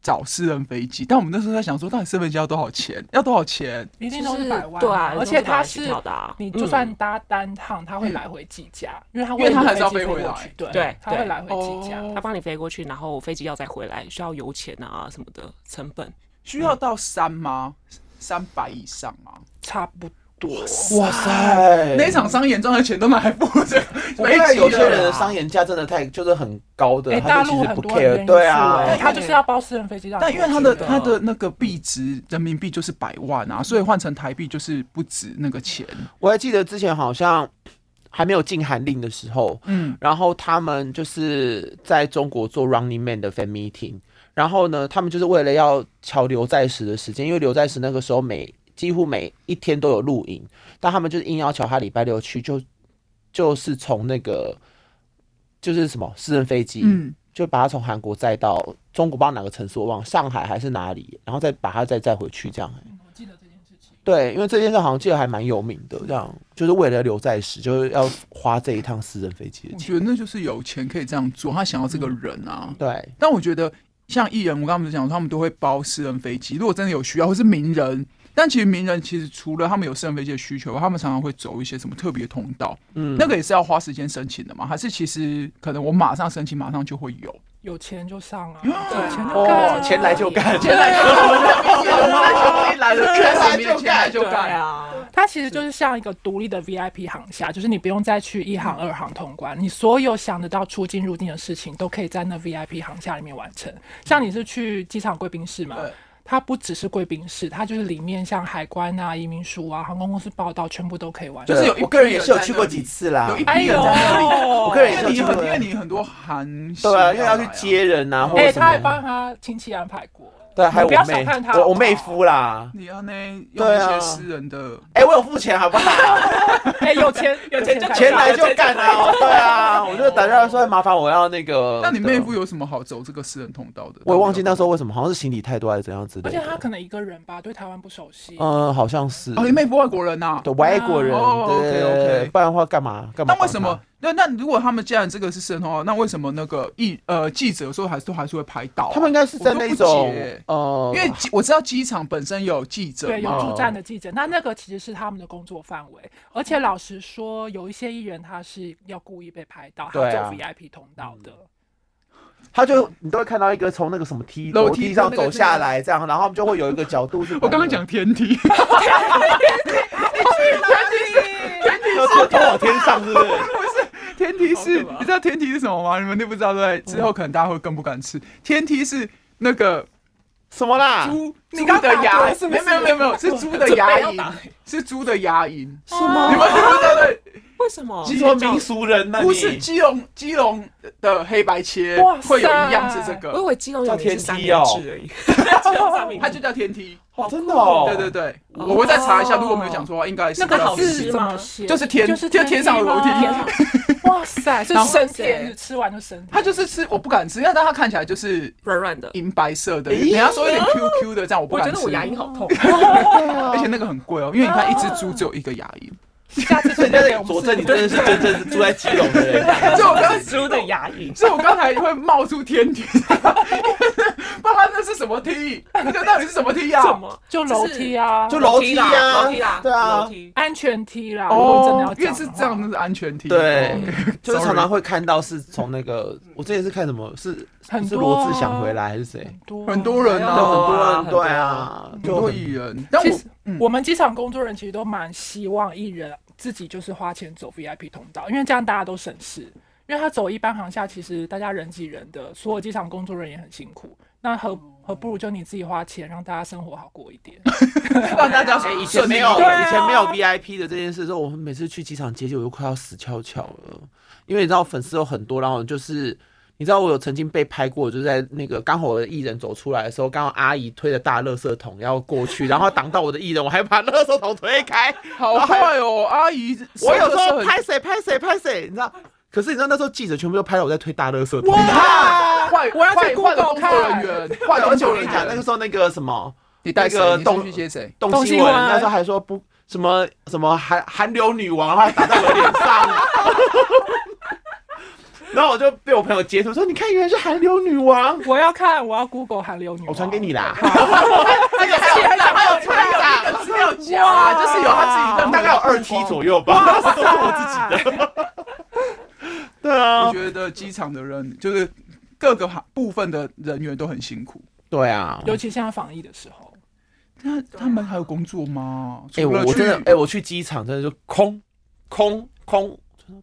Speaker 3: 找私人飞机，但我们那时候在想说，到底私人飞机要多少钱？要多少钱？
Speaker 4: 一定都是百万啊，
Speaker 1: 对啊
Speaker 4: 而且他
Speaker 1: 一定
Speaker 4: 是
Speaker 1: 都是百万起跳的啊
Speaker 4: 你就算搭单趟，他会来回计价，因为他
Speaker 3: 嗯因为他还
Speaker 4: 还
Speaker 3: 是要飞回来
Speaker 4: 对
Speaker 1: 对
Speaker 4: 他会来回计价。
Speaker 3: 哦
Speaker 1: 他帮你飞过去，然后飞机要再回来，需要油钱啊什么的成本。
Speaker 3: 需要到三吗？三百以上吗？
Speaker 4: 差不多。
Speaker 2: 哇塞
Speaker 3: 那一场商演赚的钱都拿来付这个
Speaker 2: 我看到
Speaker 3: 飞
Speaker 2: 有
Speaker 3: 机
Speaker 2: 些人
Speaker 3: 了
Speaker 2: 的
Speaker 3: 啦。
Speaker 2: 商演价真的太就是很高的，
Speaker 4: 哎，
Speaker 2: 他
Speaker 4: 大
Speaker 2: 就其
Speaker 4: 陆
Speaker 2: 实
Speaker 4: 很
Speaker 2: 不
Speaker 4: 多人愿
Speaker 2: care，
Speaker 4: 意
Speaker 2: 对
Speaker 4: 去
Speaker 2: 啊
Speaker 4: 哎，他就是要包私人飞机让你过
Speaker 3: 但
Speaker 4: 去。
Speaker 3: 因为它的
Speaker 4: 对
Speaker 3: 它的那个币值人民币就是百万啊，所以换成台币就是不值那个钱。
Speaker 2: 我还记得之前好像还没有禁韩令的时候，
Speaker 3: 嗯，
Speaker 2: 然后他们就是在中国做 Running Man 的 fan meeting，然后呢，他们就是为了要瞧刘在石的时间，因为刘在石那个时候每几乎每一天都有录影，但他们就是硬要瞧他礼拜六去，就就是从那个就是什么私人飞机，
Speaker 3: 嗯，
Speaker 2: 就把他从韩国载到中国，不知道哪个城市，我忘了，上海还是哪里，然后再把他再载回去这样、
Speaker 4: 嗯我记得这件事情。
Speaker 2: 对，因为这件事好像记得还蛮有名的，这样就是为了留在时，就是要花这一趟私人飞机的
Speaker 3: 我
Speaker 2: 钱。
Speaker 3: 觉得那就是有钱可以这样做，他想要这个
Speaker 2: 嗯
Speaker 3: 人啊。
Speaker 2: 对，
Speaker 3: 但我觉得像艺人，我刚刚不是讲，他们都会包私人飞机，如果真的有需要，或是名人。但其实名人其实除了他们有私人飞机的需求，他们常常会走一些什么特别通道，
Speaker 2: 嗯，
Speaker 3: 那个也是要花时间申请的嘛？还是其实可能我马上申请，马上就会有？
Speaker 4: 有钱就上啊，有钱就干、
Speaker 2: 哦
Speaker 4: 啊，，
Speaker 2: 钱来就干，
Speaker 3: 钱来
Speaker 2: 哦就
Speaker 3: 钱来
Speaker 2: 干，
Speaker 3: 就干，就
Speaker 4: 对
Speaker 3: 干。
Speaker 4: 啊，它其实就是像一个独立的 VIP 航厦，就是你不用再去一航、二航通关，你所有想得到出境入境的事情都可以在那 VIP 航厦里面完成。像你是去机场贵宾室嘛
Speaker 3: 对，
Speaker 4: 它不只是贵宾室，它就是里面像海关啊、移民署啊、航空公司报道全部都可以完 成。
Speaker 3: 就是有一
Speaker 2: 我个人
Speaker 3: 批
Speaker 2: 也
Speaker 3: 人
Speaker 2: 是有
Speaker 3: 在
Speaker 2: 去
Speaker 3: 那
Speaker 2: 过
Speaker 3: 里
Speaker 2: 几次啦
Speaker 3: 有一，
Speaker 4: 哎
Speaker 3: 批人
Speaker 4: 呦，
Speaker 3: 在那里，
Speaker 2: 我个人也
Speaker 3: 因
Speaker 2: 是
Speaker 3: 为
Speaker 2: 有
Speaker 3: 你
Speaker 2: 去过的。
Speaker 3: 很因为你很多韩系
Speaker 2: 对啊，因为要去
Speaker 3: 来啊
Speaker 2: 接人啊，或
Speaker 4: 哎、
Speaker 2: 者什
Speaker 4: 他还
Speaker 2: 么。
Speaker 4: 帮他亲戚安排过。
Speaker 2: 对，还有
Speaker 4: 你不要
Speaker 2: 我妹
Speaker 4: 小看，他好不
Speaker 2: 我
Speaker 4: 好
Speaker 2: 我妹夫 啦。
Speaker 3: 你要呢用
Speaker 2: 对
Speaker 3: 一
Speaker 2: 啊
Speaker 3: 些私人的，
Speaker 2: 哎，我有付钱好不好？
Speaker 4: 哎、有钱有钱就干
Speaker 2: 钱来就干 啊！对啊，我就打电话说麻烦我要那个。
Speaker 3: 那你妹夫有什么好走这个私人通道
Speaker 2: 呃
Speaker 3: 的？
Speaker 2: 啊我也忘记那时候为什么，好像是行李太多还是怎样之
Speaker 4: 而
Speaker 2: 类
Speaker 4: 且他
Speaker 2: 的。
Speaker 4: 可能一个人吧，对台湾不熟悉。
Speaker 2: 嗯，好像是。
Speaker 3: 哦，你妹夫外国人呐、
Speaker 2: 对外国人，
Speaker 3: 哦
Speaker 2: 对对
Speaker 3: OK，OK
Speaker 2: 对，不然的话干嘛干嘛帮
Speaker 3: 那
Speaker 2: 他？
Speaker 3: 为什么？那那如果他们既然这个是私人通道，那为什么那个记呃记者有时候还是都还是会拍到啊、
Speaker 2: 他们应该是在那种
Speaker 3: 我都不解
Speaker 2: 呃，
Speaker 3: 因为机我知道机场本身有记者
Speaker 4: 对，有
Speaker 3: 嘛，
Speaker 4: 驻站的记者，那那个其实是他们的工作范围。而
Speaker 3: 嗯
Speaker 4: 且老实说，有一些艺人他是要故意被拍到，他
Speaker 2: 对
Speaker 4: 走
Speaker 2: 啊
Speaker 4: VIP 通道
Speaker 3: 嗯
Speaker 4: 的。
Speaker 2: 他就你都会看到一个从那个什么梯
Speaker 3: 楼
Speaker 2: 楼
Speaker 3: 梯
Speaker 2: 梯上
Speaker 3: 那个
Speaker 2: 走下来这样，然后他们就会有一个角度是。
Speaker 3: 我刚刚讲天梯，
Speaker 2: 要通通往天上是不是？
Speaker 3: 天梯是，
Speaker 4: 好可怕嗯
Speaker 3: 你知道天梯是什么吗？你们都不知道对不对？之后可能大家会更不敢吃。天梯是那个
Speaker 2: 什么啦？
Speaker 3: 猪
Speaker 4: 你
Speaker 3: 猪
Speaker 4: 刚
Speaker 3: 的
Speaker 4: 打
Speaker 3: 牙
Speaker 4: 嗝
Speaker 3: 龈，
Speaker 4: 是
Speaker 3: 没
Speaker 4: 不
Speaker 3: 有没
Speaker 4: 是
Speaker 3: 有没有没有，是猪的牙龈，是猪的牙龈。
Speaker 2: 什么
Speaker 4: 哦
Speaker 3: 你们对不对？
Speaker 1: 啊为什么？
Speaker 2: 你说民俗人呢？
Speaker 3: 不
Speaker 2: 你
Speaker 3: 是基隆基隆的黑白切
Speaker 4: 哇塞
Speaker 3: 会有一样是这
Speaker 1: 我以
Speaker 3: 个，
Speaker 1: 为基隆有名是三明治而已，
Speaker 3: 它就叫天梯。
Speaker 2: 哦，真的哦，
Speaker 3: 对对对，我会再查一下，如果没有讲错的话，应该是
Speaker 4: 那
Speaker 3: 这样
Speaker 4: 个
Speaker 3: 子
Speaker 4: 字怎么写？
Speaker 3: 就是天
Speaker 4: 就是
Speaker 3: 就天上有楼梯
Speaker 4: 天上。 哇塞，是
Speaker 3: 然后
Speaker 4: 升天，吃完就升天。
Speaker 3: 它就是吃，我不敢吃，因为但它看起来就是
Speaker 1: 软软的。
Speaker 3: 银白色的，人家说有点 QQ 的这样，我不
Speaker 1: 我
Speaker 3: 敢
Speaker 1: 觉
Speaker 3: 吃。
Speaker 1: 得我牙龈好痛，
Speaker 2: 啊
Speaker 3: 而且那个很贵哦，因为你看一只猪只有一个牙龈，
Speaker 4: 下 次
Speaker 2: 所以你
Speaker 4: 准
Speaker 2: 在
Speaker 4: 备
Speaker 2: 这里佐
Speaker 4: 我们是
Speaker 2: 证你真的是真正是住在基隆的人，
Speaker 3: 所以我刚，
Speaker 1: 猪的牙龈。
Speaker 3: 所以我刚才会冒出天梯， 不然那是什么梯？那个到底是什么梯呀、
Speaker 1: 什
Speaker 3: 啊？
Speaker 1: 么？
Speaker 4: 就楼梯啊，
Speaker 2: 就楼梯啊，
Speaker 1: 楼梯啦，
Speaker 2: 对啊
Speaker 1: 楼，梯。
Speaker 4: 安全梯啦。如果真的要
Speaker 3: 因为
Speaker 4: 讲
Speaker 3: 哦是
Speaker 4: 的
Speaker 3: 这样，
Speaker 4: 话
Speaker 3: 那是安全梯。
Speaker 2: 对
Speaker 3: OK，
Speaker 2: 就是常
Speaker 3: sorry
Speaker 2: 常会看到是从那个，我之前是看什么是
Speaker 4: 很
Speaker 2: 是
Speaker 4: 多
Speaker 2: 罗
Speaker 4: 啊
Speaker 2: 志祥回来还是谁？
Speaker 4: 多
Speaker 3: 很多人
Speaker 2: 对，
Speaker 1: 还有
Speaker 2: 很
Speaker 3: 啊，
Speaker 2: 多人
Speaker 1: 很多
Speaker 2: 对啊，
Speaker 3: 很
Speaker 2: 就
Speaker 3: 多
Speaker 2: 很
Speaker 3: 艺人，但
Speaker 4: 其
Speaker 3: 我
Speaker 4: 实我们机场工作人员其实都蛮希望艺人自己就是花钱走 VIP 通道，因为这样大家都省事。因为他走一般航厦，其实大家人挤人的，所有机场工作人员很辛苦。那何何不如就你自己花钱，让大家生活好过一点？
Speaker 3: 让大家
Speaker 2: 哎，以前
Speaker 3: 顺利
Speaker 2: 没有，
Speaker 3: 对啊
Speaker 2: 以前没有 VIP 的这件事的时候，我们每次去机场接机，我就快要死翘翘了，因为你知道粉丝有很多，然后就是。你知道我有曾经被拍过，就是在那个刚好我的艺人走出来的时候，刚好阿姨推着大垃圾桶要过去，然后挡到我的艺人，我还把垃圾桶推开。
Speaker 3: 好快哦，阿姨，
Speaker 2: 我有时候
Speaker 3: 上课是很
Speaker 2: 拍谁拍谁拍谁，你知道？可是你知道那时候记者全部都拍到我在推大垃圾桶。
Speaker 3: 啊坏，
Speaker 4: 我要去
Speaker 3: 坏坏的
Speaker 4: Google
Speaker 3: 工作人员，
Speaker 2: 对
Speaker 3: 坏的
Speaker 2: 而
Speaker 3: 工
Speaker 2: 且我
Speaker 3: 作
Speaker 2: 跟
Speaker 3: 人
Speaker 2: 你讲，那个
Speaker 3: 员，
Speaker 2: 时候那个什么，
Speaker 3: 你带谁
Speaker 2: 那？个
Speaker 3: 你
Speaker 2: 动
Speaker 3: 是去接谁？
Speaker 2: 动
Speaker 4: 新
Speaker 2: 新闻
Speaker 4: 闻
Speaker 2: 那时候还说不什么什么韩韩流女王，然后还打在我脸上。然后我就被我朋友截图说：“你看，原来是韩流女王。
Speaker 4: 我要看，我要 Google 韩流女”王。哎
Speaker 2: 我传给你啦，
Speaker 3: 那个还有还有穿的，那个资料夹啊，就是有他自己的，
Speaker 2: 大概有二 T 左右吧，都是我 自己的。对
Speaker 3: 我
Speaker 2: 啊，
Speaker 3: 觉得机场的人就是各个行部分的人员都很辛苦。
Speaker 2: 对啊。
Speaker 4: 尤其现在防疫的时 候，
Speaker 3: 那他们还有工作吗？
Speaker 2: 哎、
Speaker 3: 除
Speaker 2: 我
Speaker 3: 了
Speaker 2: 我
Speaker 3: 去
Speaker 2: 真的，哎、我去机场真的就空空空，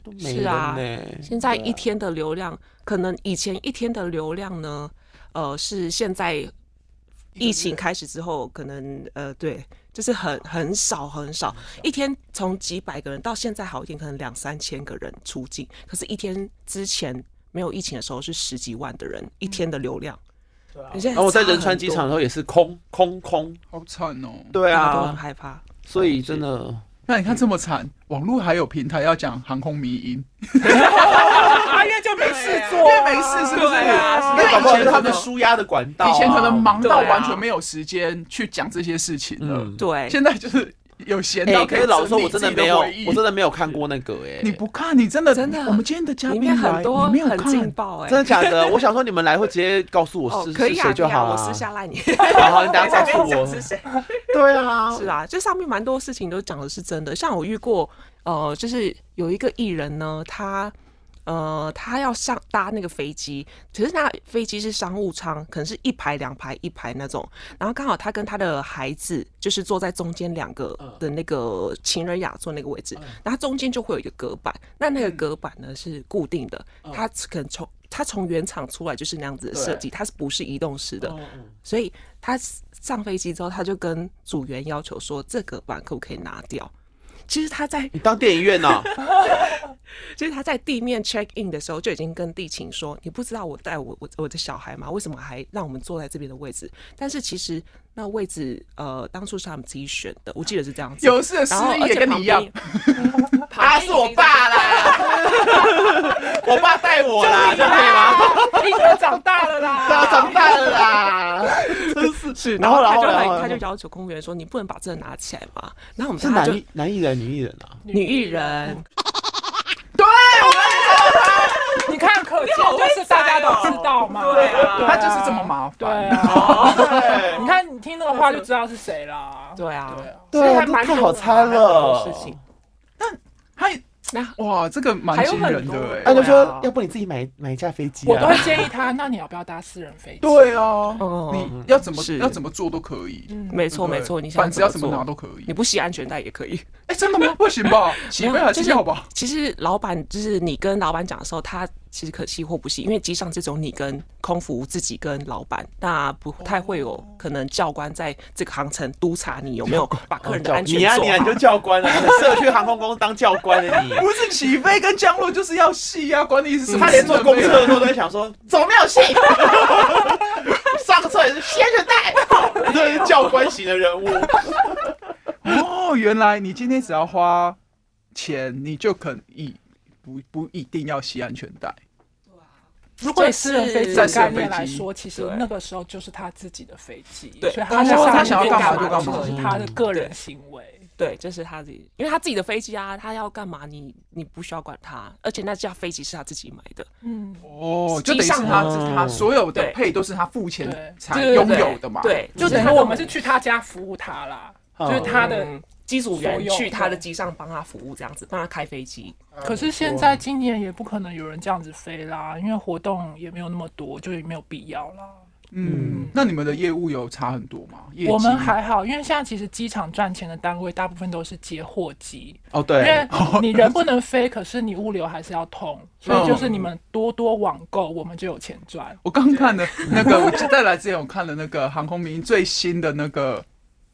Speaker 2: 都没
Speaker 1: 是
Speaker 2: 人
Speaker 1: 啊
Speaker 2: 呢、
Speaker 1: 现在一天的流量，可能以前一天的流量呢，呃，是现在疫情开始之后，可能呃，对，就是很很少很少，一天从几百个人到现在好一点，可能两三千个人出境，可是，一天之前没有疫情的时候是十几万的人一天的流量。你现
Speaker 2: 然啊后我在仁川
Speaker 1: 差很
Speaker 2: 机
Speaker 1: 多
Speaker 2: 场的时候也是空空空，
Speaker 3: 好惨哦。
Speaker 2: 对
Speaker 1: 大家都很
Speaker 2: 啊，
Speaker 1: 害怕。
Speaker 2: 所以真的
Speaker 3: 那你看这么惨，网络还有平台要讲航空迷因，
Speaker 4: 他因为就没事做，
Speaker 3: 因为没事是不是？
Speaker 4: 对啊
Speaker 3: 因为
Speaker 2: 搞不
Speaker 3: 以
Speaker 2: 好
Speaker 3: 前
Speaker 2: 是他
Speaker 3: 他
Speaker 2: 们
Speaker 3: 们
Speaker 2: 舒压的管道啊、
Speaker 3: 以前可能忙到
Speaker 4: 对啊
Speaker 3: 完全没有时间去讲这些事情了，
Speaker 2: 嗯，
Speaker 1: 对，
Speaker 3: 现在就是有闲到
Speaker 2: 哎可是老实说，我真
Speaker 3: 的
Speaker 2: 的没有，我真
Speaker 3: 的
Speaker 2: 的没有看过那个哎、
Speaker 3: 你不看，你真的
Speaker 1: 真的
Speaker 3: 我们今天的嘉
Speaker 1: 里
Speaker 3: 宾
Speaker 1: 面
Speaker 3: 来
Speaker 1: 很多
Speaker 3: 你没有
Speaker 1: 很劲
Speaker 3: 看，
Speaker 1: 爆哎、
Speaker 2: 真的假的？我想说你们来会直接告诉我
Speaker 1: 哦
Speaker 2: 是、，
Speaker 1: 可
Speaker 2: 是
Speaker 1: 以啊，
Speaker 2: 谁就
Speaker 1: 可以啊
Speaker 2: 好了、
Speaker 1: 我私下 赖你。
Speaker 2: 好好，你等
Speaker 1: 我在
Speaker 2: 下
Speaker 1: 那
Speaker 2: 告诉
Speaker 1: 边
Speaker 2: 我
Speaker 1: 讲。是谁？
Speaker 2: 对啊，
Speaker 1: 是啊，这上面蛮多事情都讲的是真的。像我遇过，呃，就是有一个艺人呢，他呃，他要上搭那个飞机，可是那飞机是商务舱，可能是一排两排一排那种。然后刚好他跟他的孩子就是坐在中间两个
Speaker 2: 嗯
Speaker 1: 的那个情人雅座那个位置，然后中间就会有一个隔板，那那个
Speaker 2: 嗯
Speaker 1: 隔板呢是固定的，它可能从它从原厂出来就是那样子的设计，它是不是移动
Speaker 2: 嗯
Speaker 1: 式的？所以他上飞机之后，他就跟组员要求说，这个板可不可以拿掉？其实他在
Speaker 2: 你当电影院哦呢、
Speaker 1: 就是他在地面 check in 的时候，就已经跟地勤说：“你不知道我带我我我的小孩吗？为什么还让我们坐在这边的位置？”但是其实那位置呃，当初是他们自己选的，我记得是这样子。
Speaker 3: 有事的司
Speaker 1: 然后
Speaker 3: 仪
Speaker 1: 而
Speaker 3: 也
Speaker 1: 且
Speaker 3: 跟你
Speaker 1: 旁
Speaker 3: 一样
Speaker 1: 边，
Speaker 2: 他啊是我爸 啦，我爸带我啦，这样可以吗？
Speaker 4: 一哥长大 了啦，
Speaker 2: 他长大了啦，真是是。然后然
Speaker 1: 他
Speaker 2: 后
Speaker 1: 就
Speaker 2: 然
Speaker 1: 很
Speaker 2: 后
Speaker 1: 他就要求公务员说：“你不能把这个拿起来嘛。”然后我们
Speaker 2: 是
Speaker 1: 大家
Speaker 2: 男
Speaker 1: 就
Speaker 2: 艺男艺人女艺人啊，
Speaker 1: 女艺人，
Speaker 3: 对，
Speaker 4: 你看，可见就是大家都知道嘛，哦对啊
Speaker 3: 他就是这么麻
Speaker 4: 对
Speaker 3: 烦。
Speaker 4: 啊，你看你听那个话就知道是谁啦。
Speaker 1: 对啊，
Speaker 4: 所以
Speaker 2: 对啊，
Speaker 4: 还
Speaker 2: 这
Speaker 4: 蛮
Speaker 2: 太
Speaker 4: 多
Speaker 2: 好
Speaker 4: 的
Speaker 2: 猜了
Speaker 1: 有事。情。
Speaker 3: 他
Speaker 1: 那
Speaker 3: 哇，这个蛮惊人的
Speaker 1: 还有很多
Speaker 3: 哎
Speaker 2: 他就
Speaker 1: 对
Speaker 2: 说
Speaker 1: 啊，
Speaker 2: 要不你自己买买一架飞机
Speaker 4: 我都会
Speaker 2: 啊？
Speaker 4: 建议他，那你要不要搭私人飞机？
Speaker 3: 对啊，
Speaker 1: 哦
Speaker 3: 你要怎么
Speaker 1: 是
Speaker 3: 要怎么做都可以，
Speaker 1: 没错
Speaker 3: 对
Speaker 1: 没错，你想
Speaker 3: 反正要怎么
Speaker 1: 做
Speaker 3: 拿都可以
Speaker 1: 你。不系安全带也可以。
Speaker 3: 哎，真的吗？不行吧？起飞还
Speaker 1: 就是是
Speaker 3: 要吧？
Speaker 1: 其实老板就是你跟老板讲的时候，他其实可惜或不惜，因为机上只有你跟空服自己跟老板，那不太会有可能教官在这个航程督查你有没有把客人的安全
Speaker 2: 哦你呀你
Speaker 1: 做
Speaker 2: 呀，
Speaker 1: 好。
Speaker 2: 你就教 官了，你很适合去航空公司当教官的你。
Speaker 3: 不是起飞跟降落就是要戏啊，管你是什么
Speaker 2: 他
Speaker 3: 时
Speaker 2: 连
Speaker 3: 准
Speaker 2: 坐公
Speaker 3: 备。
Speaker 2: 车的时候都在想说，怎么没有戏？上车也是先着带，这是教官型的人物。
Speaker 3: 哦，原来你今天只要花钱，你就可以不不一定要系安全带。
Speaker 4: 如果以私人飞机
Speaker 3: 在
Speaker 4: 的
Speaker 3: 私人
Speaker 4: 概
Speaker 3: 飞机
Speaker 4: 念来说，其实
Speaker 1: 对
Speaker 4: 那个时候就是他自己的飞机，
Speaker 1: 对
Speaker 4: 所以
Speaker 3: 他
Speaker 4: 他
Speaker 3: 想
Speaker 4: 他
Speaker 3: 要干嘛
Speaker 4: 嘛
Speaker 3: 就干嘛嗯
Speaker 4: 这是他的个人行为。
Speaker 1: 对，这是他自己，因为他自己的飞机啊，他要干嘛你你不需要管他，而且那架飞机是他自己买的，
Speaker 4: 嗯，
Speaker 3: 哦，就
Speaker 1: 机
Speaker 3: 等于是
Speaker 1: 上
Speaker 3: 他
Speaker 2: 的
Speaker 3: 是他所有的
Speaker 1: 对
Speaker 3: 配都是他付钱
Speaker 4: 对
Speaker 3: 才
Speaker 1: 对对
Speaker 3: 拥
Speaker 1: 对
Speaker 3: 有的嘛。
Speaker 1: 对，
Speaker 4: 就等于我们是去他家服务他啦，
Speaker 3: 哦
Speaker 2: 嗯
Speaker 4: 就是他的。
Speaker 1: 嗯机组员
Speaker 4: 所有
Speaker 1: 去他的
Speaker 4: 对
Speaker 1: 机上帮他服务，这样子帮他开飞机。
Speaker 4: 可是现在今年也不可能有人这样子飞啦，因为活动也没有那么多，就也没有必要啦。
Speaker 3: 嗯，那你们的业务有差很多吗？业绩
Speaker 4: 我们还好，因为现在其实机场赚钱的单位大部分都是接货机，
Speaker 2: 哦，
Speaker 4: 因为
Speaker 2: 对，
Speaker 4: 你人不能飞，可是你物流还是要 通，所以就是你们多多网购，我们就有钱赚。
Speaker 3: 我刚看的那个，我在来之前我看了那个航空民最新的那个。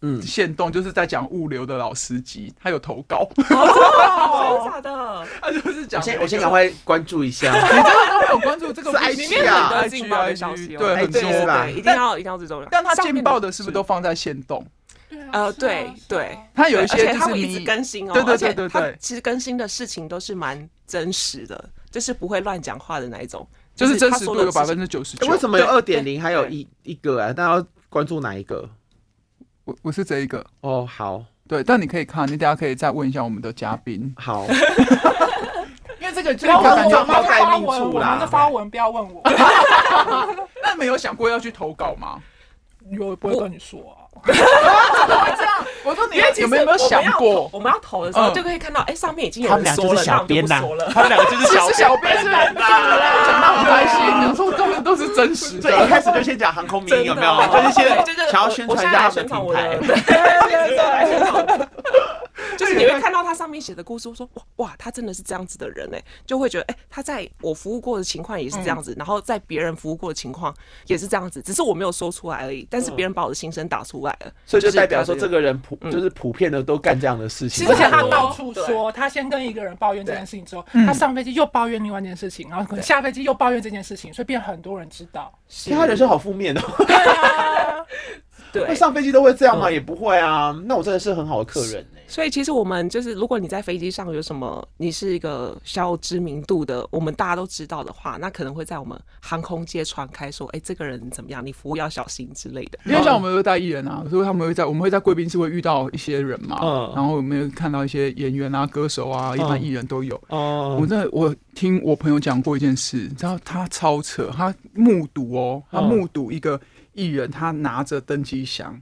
Speaker 3: 嗯，限动就是在讲物流的老司机，他有投稿，
Speaker 1: 真的假的？
Speaker 3: 他就是
Speaker 2: 我
Speaker 3: 讲那
Speaker 2: 先
Speaker 3: 个。
Speaker 2: 我先赶快关注一下。
Speaker 3: 你真的都没有关注这个
Speaker 2: 是
Speaker 3: 不行
Speaker 2: IG
Speaker 1: 因为很
Speaker 2: 啊
Speaker 1: 多劲爆的消息哦，
Speaker 3: 对，
Speaker 2: 哎
Speaker 3: 很
Speaker 2: 对是吧
Speaker 3: 多。
Speaker 1: 对，一定要一定要这种人。
Speaker 3: 但他
Speaker 1: 上面
Speaker 3: 劲
Speaker 1: 的
Speaker 3: 爆的是不是都放在限动？
Speaker 1: 呃，对对，
Speaker 3: 他有一
Speaker 1: 而
Speaker 3: 些
Speaker 1: 且
Speaker 3: 就
Speaker 1: 它
Speaker 3: 是
Speaker 1: 会一直
Speaker 3: 你
Speaker 1: 更新哦，
Speaker 3: 对对
Speaker 1: 而且
Speaker 3: 对对
Speaker 1: 它
Speaker 3: 对
Speaker 1: 其实更新的事情都是蛮真实的，就是不会乱讲话的那一种，
Speaker 3: 就是真
Speaker 1: 他
Speaker 3: 实
Speaker 1: 说
Speaker 3: 度
Speaker 1: 的
Speaker 3: 有百
Speaker 1: 事
Speaker 3: 分
Speaker 1: 情
Speaker 3: 之九十
Speaker 2: 哎
Speaker 3: 九。
Speaker 2: 为什么有
Speaker 1: 对
Speaker 2: 二
Speaker 1: 对
Speaker 2: 点零，还有一一个啊？大家要关注哪一个？
Speaker 3: 我我是这一个，
Speaker 2: 哦，好
Speaker 3: 对，但你可以看，你等下可以再问一下我们的嘉宾。
Speaker 2: 好，
Speaker 4: 因为这个就
Speaker 2: 刚刚
Speaker 4: 我
Speaker 2: 讲
Speaker 4: 妈
Speaker 2: 到
Speaker 4: 在
Speaker 2: 待
Speaker 4: 发
Speaker 2: 命
Speaker 4: 文，
Speaker 2: 处
Speaker 4: 我
Speaker 2: 啦
Speaker 4: 妈在发文，不要问我，
Speaker 3: 那没有想过要去投稿吗？
Speaker 4: 我不会跟你说啊。
Speaker 3: 我说你
Speaker 1: 因为其
Speaker 3: 有
Speaker 1: 实
Speaker 3: 没有没有
Speaker 1: 我
Speaker 3: 想
Speaker 1: 们要投
Speaker 3: 过？
Speaker 1: 我们要投的时候
Speaker 3: 嗯
Speaker 1: 就可以看到，哎，上面已经有人说了，那我们就不说了。
Speaker 2: 他们两个就是
Speaker 3: 其实小编是人的，讲到很开心，然后他们都是真实
Speaker 2: 对，一
Speaker 3: 的。
Speaker 2: 开始就先讲航空迷
Speaker 1: 真的哦
Speaker 2: 有没有？就是先
Speaker 1: 对就是
Speaker 2: 想要
Speaker 1: 我
Speaker 2: 宣
Speaker 1: 我
Speaker 2: 传
Speaker 1: 现
Speaker 2: 一
Speaker 1: 在来
Speaker 2: 下他们
Speaker 1: 宣传
Speaker 2: 的品
Speaker 1: 我的，
Speaker 2: 牌。
Speaker 1: 对对对 对，就是你会看到它上面写的故事，说哇哇，他真的是这样子的人哎，就会觉得哎，他在我服务过的情况也是这样子，然后在别人服务过的情况也是这样子，只是我没有说出来而已，但是别人把我的心声打出来了，
Speaker 2: 嗯所以就是代表说
Speaker 1: 这
Speaker 2: 这
Speaker 1: 个
Speaker 2: 个嗯哦人普就是普遍的都干这样的事情，
Speaker 4: 而且他
Speaker 2: 很多
Speaker 4: 到处说，他先跟一个人抱怨这件事情之后，
Speaker 2: 嗯
Speaker 4: 他上飞机又抱怨另外一件事情，然后可能下飞机又抱怨这件事情，所以变很多人知道。
Speaker 2: 其实他人生好负面哦。
Speaker 4: 对啊，
Speaker 2: 那
Speaker 1: 对，
Speaker 2: 上飞机都会这样吗？也不会啊。那我真的是很好的客人呢、欸
Speaker 1: 所以其实我们就是，如果你在飞机上有什么，你是一个小有知名度的，我们大家都知道的话，那可能会在我们航空界传开说，哎、这个人怎么样，你服务要小心之类的。
Speaker 3: 因为像我们有带艺人啊，所以他们会在我们会在贵宾室会遇到一些人嘛，
Speaker 2: 嗯
Speaker 3: 然后我们有看到一些演员啊、歌手啊，一般艺人都有。
Speaker 2: 哦、
Speaker 3: 我真的我听我朋友讲过一件事，你知道他超扯，他目睹哦，他
Speaker 2: 嗯
Speaker 3: 目睹一个艺人，他拿着登机箱，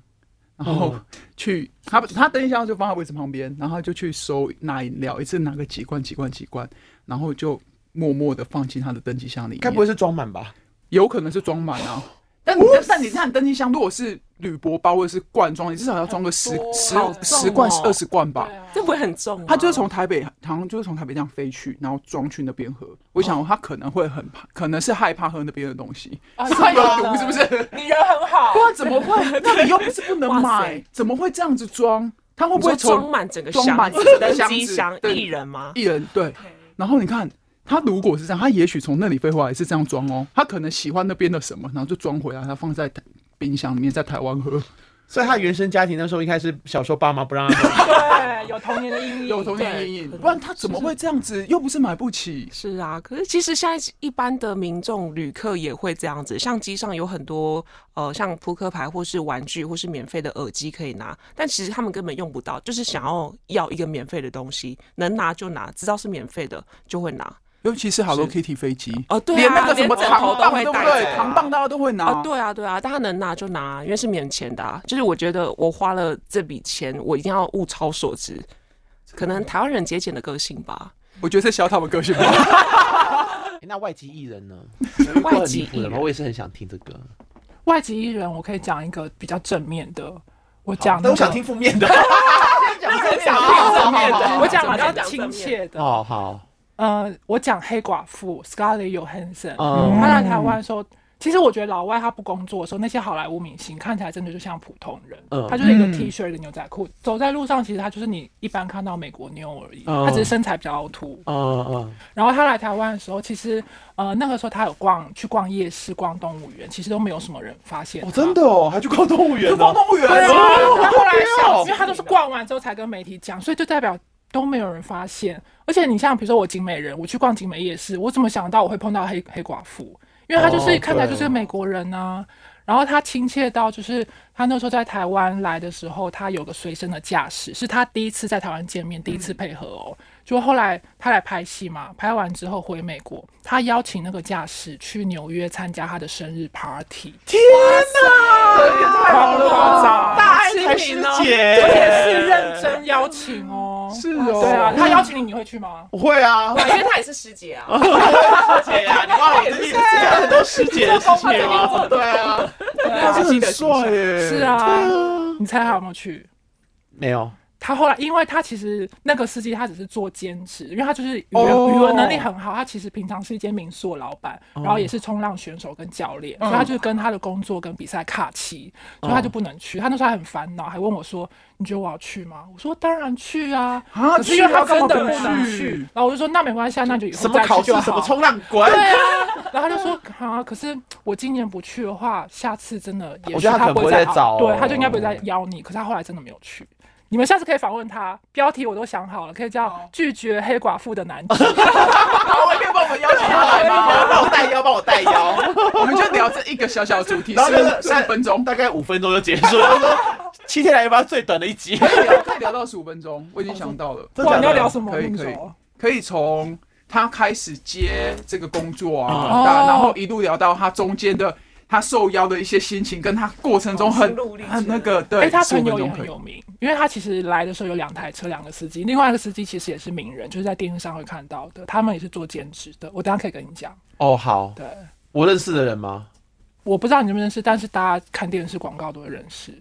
Speaker 3: 然后
Speaker 2: 嗯
Speaker 3: 去他他登机箱就放在位置旁边，然后他就去收拿饮料，一次拿个几罐几罐几罐，然后就默默的放进他的登机箱里面。
Speaker 2: 该不会是哦装满吧？
Speaker 3: 有可能是装满啊。但但但你看登机箱，如果是铝箔包或者是罐装，你至少要装个十
Speaker 4: 多
Speaker 3: 十
Speaker 1: 好重
Speaker 3: 十罐
Speaker 1: 哦
Speaker 3: 二十罐
Speaker 2: 啊
Speaker 3: 吧。
Speaker 1: 这不会很重、吗？
Speaker 3: 他就是从台北，好像就是从台北这样飞去，然后装去那边喝。我想他可能会很怕，可能是害怕喝那边的东西，
Speaker 4: 啊
Speaker 3: 是
Speaker 4: 太
Speaker 3: 有
Speaker 4: 好 了
Speaker 3: 毒是不是？不
Speaker 4: 你人很好，
Speaker 3: 然怎么会？ 那你又不是不能
Speaker 1: 哇
Speaker 3: 买
Speaker 1: 塞，
Speaker 3: 怎么会这样子装？他会
Speaker 1: 你
Speaker 3: 不会
Speaker 1: 说
Speaker 3: 从
Speaker 1: 装满整个
Speaker 3: 装
Speaker 1: 箱
Speaker 3: 满
Speaker 1: 子
Speaker 3: 整个
Speaker 1: 登
Speaker 3: 箱
Speaker 1: 机
Speaker 3: 子
Speaker 1: 箱
Speaker 3: 对
Speaker 1: 艺人吗？
Speaker 3: 艺人对。然后你看，他如果是这样，他也许从那里飞回来是这样装哦，他可能喜欢那边的什么，然后就装回来，他放在冰箱里面，在台湾喝。
Speaker 2: 所以他原生家庭那时候一开始小时候爸妈不让他 喝
Speaker 4: 对，有童年的阴影，
Speaker 3: 有童年阴影，不然他怎么会这样子？又不是买不起。
Speaker 1: 是啊，可是其实现在一般的民众旅客也会这样子，像机上有很多呃，像扑克牌或是玩具或是免费的耳机可以拿，但其实他们根本用不到，就是想要要一个免费的东西，能拿就拿，知道是免费的就会拿。
Speaker 3: 尤其是 Hello
Speaker 1: 是
Speaker 3: Kitty 飞机，
Speaker 1: 哦对啊
Speaker 3: 连那个什么
Speaker 1: 连枕
Speaker 3: 糖
Speaker 1: 头
Speaker 3: 棒
Speaker 1: 都会
Speaker 3: 对不
Speaker 1: 带
Speaker 3: 对
Speaker 1: 走？啊
Speaker 3: 糖棒大家都会拿
Speaker 1: 啊，。对啊，对啊，大家能拿就拿，因为是免钱的、啊。就是我觉得我花了这笔钱，我一定要物超所值。可能台湾人节俭的个性吧，
Speaker 3: 我觉得是小他们个性吧。
Speaker 2: 诶欸那外籍艺人呢？
Speaker 1: 外籍
Speaker 2: 艺
Speaker 1: 艺
Speaker 2: 人吗？
Speaker 1: 人
Speaker 2: 我也是很想听这个。
Speaker 4: 外籍艺人，我可以讲一个比较正面的。我讲、那
Speaker 2: 但
Speaker 4: 个，
Speaker 2: 我想听负 面的。
Speaker 4: 正面
Speaker 1: 好好好
Speaker 4: 的，我讲
Speaker 1: 好
Speaker 4: 比较
Speaker 1: 讲
Speaker 4: 亲
Speaker 1: 正面
Speaker 4: 切的。
Speaker 2: 哦，好，
Speaker 4: 呃，我讲黑寡妇 Scarlett Johansson，、
Speaker 2: 嗯
Speaker 4: 她来台湾的时候，其实我觉得老外他不工作的时候，那些好莱坞明星看起来真的就像普通人，
Speaker 2: 嗯
Speaker 4: 他就是一个
Speaker 3: 嗯
Speaker 4: T 恤的牛仔裤，走在路上其实他就是你一般看到美国妞而已，
Speaker 2: 嗯
Speaker 4: 他只是身材比较凹凸。
Speaker 2: 嗯嗯，
Speaker 4: 然后他来台湾的时候，其实呃那个时候他有逛去逛夜市、逛动物园，其实都没有什么人发现。
Speaker 2: 哦，真。的哦，还去逛动物园
Speaker 3: 去
Speaker 2: 呢，
Speaker 3: 逛动物园
Speaker 4: 对啊，
Speaker 3: 哦，
Speaker 4: 然后后来
Speaker 2: 好
Speaker 4: 想，因为他都是逛完之后才跟媒体讲，所以就代表都没有人发现。而且你像比如说我景美人，我去逛景美夜市，我怎么想到我会碰到黑黑寡妇？因为她就是
Speaker 2: 哦
Speaker 4: 看起来
Speaker 2: 对
Speaker 4: 就是个美国人啊。然后她亲切到，就是她那时候在台湾来的时候，她有个随身的驾驶，是她第一次在台湾见面，第一
Speaker 2: 嗯
Speaker 4: 次配合哦。就后来她来拍戏嘛，拍完之后回美国，她邀请那个驾驶去纽约参加她的生日 party。
Speaker 3: 好夸张，
Speaker 1: 哦大爱
Speaker 4: 知
Speaker 3: 啊
Speaker 4: 名哦
Speaker 2: 姐
Speaker 4: 而且是认真邀请哦。
Speaker 3: 是哦，
Speaker 4: 对啊，他邀请你，你会去吗？
Speaker 2: 我会啊，
Speaker 1: 因为他也是师姐啊。
Speaker 2: 姐啊，你忘了我自己讲很多师姐的事情吗？对啊，
Speaker 3: 他是很帅耶。
Speaker 4: 是，啊，你猜他有没有去？
Speaker 2: 没有，
Speaker 4: 他后来，因为他其实那个司机他只是做兼职，因为他就是语文、
Speaker 3: 哦
Speaker 4: 语文能力很好，他其实平常是一间民宿的老板，然后也是冲浪选手跟教练，所
Speaker 3: 嗯
Speaker 4: 以他就是跟他的工作跟比赛卡期，所以他就不能去。他那时候还很烦恼，还问我说：“你觉得我要去吗？”我说：“当然去啊。”
Speaker 3: 啊
Speaker 4: 可是因为他
Speaker 3: 去啊
Speaker 4: 真的
Speaker 3: 干嘛
Speaker 4: 不
Speaker 3: 不
Speaker 4: 能
Speaker 3: 去
Speaker 4: 去，然后我就说：“那没关系，啊，那就以后
Speaker 2: 什么
Speaker 4: 再
Speaker 2: 考试
Speaker 4: 去就好。”
Speaker 2: 什么冲浪滚，
Speaker 4: 对啊，然后他就说啊，可是我今年不去的话，下次真的也
Speaker 2: 我
Speaker 4: 许
Speaker 2: 觉得他可能
Speaker 4: 不
Speaker 2: 不
Speaker 4: 会
Speaker 2: 会再
Speaker 4: 熬
Speaker 2: 找哦
Speaker 4: 对，他就应该不会再邀你。可是他后来真的没有去。你们下次可以访问他，标题我都想好了，可以叫“拒绝黑寡妇的 男子
Speaker 3: 好，外面帮我们邀请他
Speaker 2: 哎
Speaker 3: 来吗？
Speaker 2: 帮我带腰，帮我带腰，
Speaker 3: 我们就聊这一个 小小主题，
Speaker 2: 然后就是
Speaker 3: 十五分 钟，
Speaker 2: 大概五分钟就结束了。我说七天来一发最短的一集，
Speaker 3: 可以聊，可以聊到十五分钟，我已经想到了。”。
Speaker 2: 哦真的
Speaker 4: 哇，
Speaker 2: 假
Speaker 4: 你
Speaker 2: 的
Speaker 4: 要聊什么？哦
Speaker 3: 可以
Speaker 4: 那么
Speaker 3: 可以
Speaker 4: 久
Speaker 3: 可以从他开始接这个工作
Speaker 4: 嗯
Speaker 3: 啊，大
Speaker 4: 哦
Speaker 3: 然后一路聊到他中间的他受邀的一些心情，跟他过程中很
Speaker 1: 心路历程
Speaker 3: 很那个对，
Speaker 4: 哎，他
Speaker 3: 15
Speaker 4: 朋
Speaker 3: 分
Speaker 4: 友也
Speaker 3: 钟可
Speaker 4: 很
Speaker 3: 以
Speaker 4: 有名，因为他其实来的时候有两台车，两个司机，另外一个司机其实也是名人，就是在电视上会看到的，他们也是做兼职的。我等一下可以跟你讲，
Speaker 2: 哦，好，
Speaker 4: 对。
Speaker 2: 我认识的人吗？
Speaker 4: 我不知道你认不认识，但是大家看电视广告都会认识。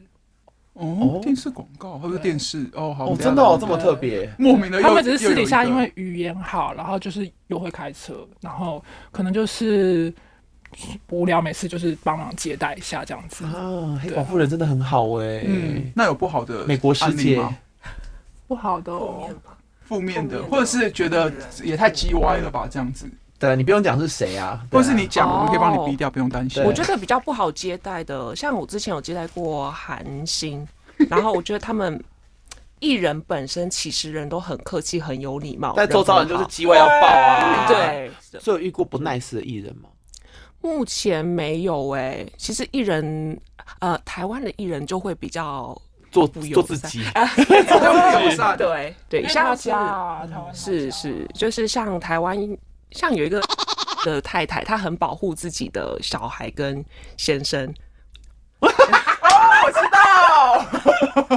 Speaker 2: 哦
Speaker 3: 哦，电视广告或者电视哦，好，我
Speaker 2: 哦，
Speaker 3: 们
Speaker 2: 真的哦，
Speaker 3: 等
Speaker 2: 这
Speaker 3: 一下
Speaker 2: 么特别。
Speaker 3: 莫名的又，
Speaker 4: 他们只是私底下
Speaker 3: 又有一
Speaker 4: 因
Speaker 3: 个
Speaker 4: 为语言好，然后就是又会开车，然后可能就是无聊没事就是帮忙接待一下这样子。
Speaker 2: 啊，黑寡妇人真的很好哎。
Speaker 3: 嗯，，那有不好的
Speaker 2: 美国世
Speaker 3: 案例
Speaker 2: 界
Speaker 3: 吗
Speaker 4: 不好的、哦，
Speaker 3: 负面的，或者是觉得也太叽歪了吧，这样子
Speaker 2: 对，啊你不用讲是谁啊，对
Speaker 3: 或
Speaker 2: 啊
Speaker 3: 是你讲，我们可以帮
Speaker 1: 哦
Speaker 3: 你逼掉，不用担心。
Speaker 2: 对
Speaker 1: 我觉得比较不好接待的，像我之前有接待过韩星，然后我觉得他们艺人本身其实人都很客气、很有礼貌，
Speaker 2: 但周遭
Speaker 1: 很
Speaker 2: 人就是
Speaker 1: 好
Speaker 2: 机会要爆啊。，
Speaker 1: 对。
Speaker 2: 所以有遇过不 nice 的艺人吗？
Speaker 1: 目前没有哎、其实艺人，呃，台湾的艺人就会比较
Speaker 2: 做
Speaker 1: 不
Speaker 2: 做
Speaker 1: 友
Speaker 2: 自
Speaker 1: 善
Speaker 2: 己，
Speaker 3: 对
Speaker 1: 对对，
Speaker 4: 因为
Speaker 1: 像
Speaker 4: 他
Speaker 1: 是
Speaker 4: 家啊，台湾
Speaker 1: 嗯是是，就是像台湾，像有一 个的太太，她很保护自己的小孩跟先生，
Speaker 4: 可以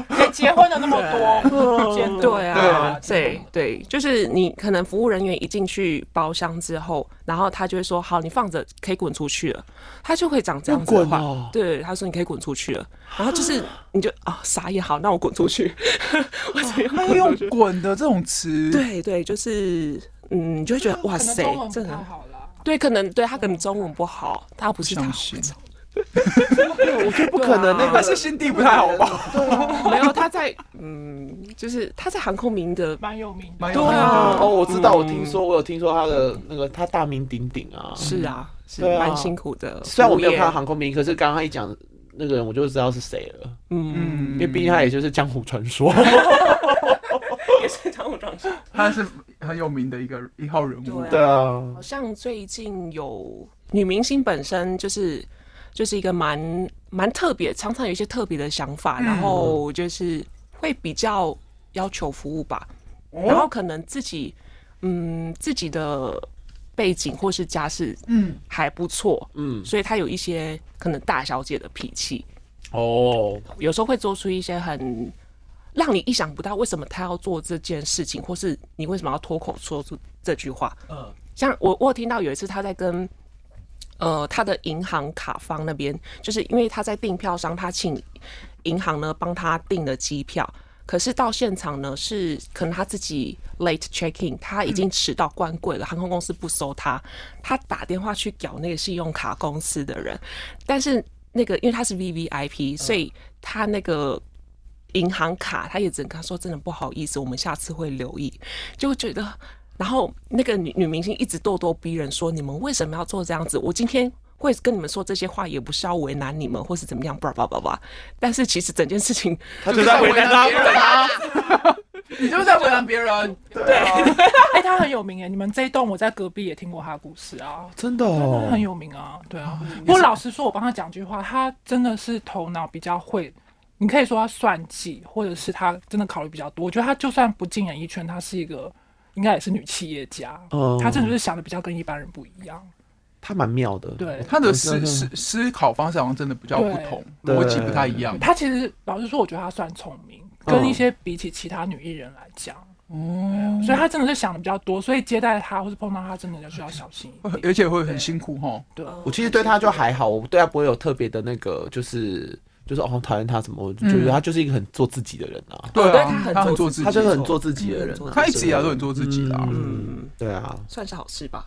Speaker 4: 哎结婚的那么多，见 得
Speaker 1: 对啊，
Speaker 4: 对
Speaker 1: 对对，就是你可能服务人员一进去包厢之后，然后他就会说：“好，你放着，可以滚出去了。”他就会讲这样子的
Speaker 2: 要
Speaker 1: 话，
Speaker 2: 滚哦
Speaker 1: 对，他说：“你可以滚出去了。”然后就是你就啊、傻眼，好，那我滚出去。 我只
Speaker 3: 他用“滚”的这种词，
Speaker 1: 对对，就是嗯，你就会觉得哇塞，
Speaker 4: 这
Speaker 1: 真
Speaker 4: 太
Speaker 1: 的
Speaker 4: 好了。
Speaker 1: 对，可能对他可能中文不好，他不是他
Speaker 3: 相
Speaker 1: 会
Speaker 3: 信
Speaker 1: 中
Speaker 2: 我觉得不可能。那
Speaker 3: 还
Speaker 2: 个
Speaker 3: 是心地 不太好吧？
Speaker 1: 没有他在啊 嗯，就是他在航空名的
Speaker 2: 嗯
Speaker 4: 蛮有名的
Speaker 3: 蛮，
Speaker 1: 对
Speaker 3: 有名的
Speaker 1: 啊，
Speaker 2: 哦，我知道，我听说，我有听说他的那个，他大名鼎鼎啊。
Speaker 1: 是啊，是
Speaker 2: 对啊
Speaker 1: 蛮辛苦的服务业。
Speaker 2: 虽然我没有看到航空名，可是刚刚他一讲那个人，我就知道是谁了，
Speaker 1: 嗯，
Speaker 3: 嗯
Speaker 2: 因为毕竟他也就是江湖传说。
Speaker 1: 也是常务装修。
Speaker 3: 他是很有名的一个一号人物
Speaker 1: 对。
Speaker 2: 对啊，
Speaker 1: 好像最近有女明星本身就是就是一个蛮蛮特别，常常有一些特别的想法，然后就是会比较要求服务吧，然后可能自己嗯自己的背景或是家世
Speaker 3: 嗯，
Speaker 1: 还不错，
Speaker 2: 嗯，
Speaker 1: 所以她有一些可能大小姐的脾气，
Speaker 2: 哦，
Speaker 1: 有时候会做出一些很。让你意想不到，为什么她要做这件事情，或是你为什么要脱口说出这句话？
Speaker 3: 哦
Speaker 2: 嗯，
Speaker 1: 像我我有听到有一次他在跟呃他的银行卡方那边，就是因为他在订票商，他请银行呢帮他订了机票。可是到现场呢，是可能他自己 late check in，他已经迟到关柜了，航空公司不收他，他打电话去搞那个信用卡公司的人，但是那个因为他是 V V I P，所以他那个银行卡，他也只能跟他说真的不好意思，我们下次会留意。就会觉得，然后那个女女明星一直咄咄逼人说，你们为什么要做这样子？我今天会跟你们说这些话，也不是要为难你们，或是怎么样，叭叭叭叭。但是其实整件事情，
Speaker 2: 他就在为难他。
Speaker 3: 你就是在为难别人。对啊，
Speaker 4: 哎，他很有名哎，你们这一栋我在隔壁也听过他的故事啊，
Speaker 2: 真的
Speaker 4: 他
Speaker 2: 哦
Speaker 4: 很，有名啊，对啊。不过老实说，我帮他讲句话，他真的是头脑比较会，你可以说他算计，或者是他真的考虑比较多。我觉得他就算不进演艺圈，他是一个应该也是女企业家，
Speaker 2: 嗯
Speaker 4: 他真的就是想的比较跟一般人不一样。
Speaker 2: 他蛮妙的。
Speaker 4: 对
Speaker 3: 他的思思思考方式好像真的比较不同，
Speaker 2: 对
Speaker 3: 逻辑不太一样。
Speaker 4: 他其实老实说，我觉得他算聪明，
Speaker 2: 嗯
Speaker 4: 跟一些比起其他女艺人来讲。哦，所以他真的是想的比较多，所以接待他或是碰到他，真的就是要小心一点。
Speaker 3: 而且会很辛苦哈。
Speaker 4: 对，啊
Speaker 2: 我其实对他就还好，我对他不会有特别的那个，就是就是哦讨厌他什么，我就觉得他就是一个很做自己的人啊，
Speaker 1: 对
Speaker 3: 啊，
Speaker 1: 他
Speaker 3: 他
Speaker 1: 很
Speaker 3: 很
Speaker 1: 做
Speaker 3: 做
Speaker 1: 自
Speaker 3: 自
Speaker 1: 己
Speaker 3: 己，
Speaker 2: 他就是很做自己的人
Speaker 1: 嗯
Speaker 2: 啊，
Speaker 3: 他一直以来都很做自己啦。
Speaker 2: 嗯，对啊，
Speaker 1: 算是好事吧。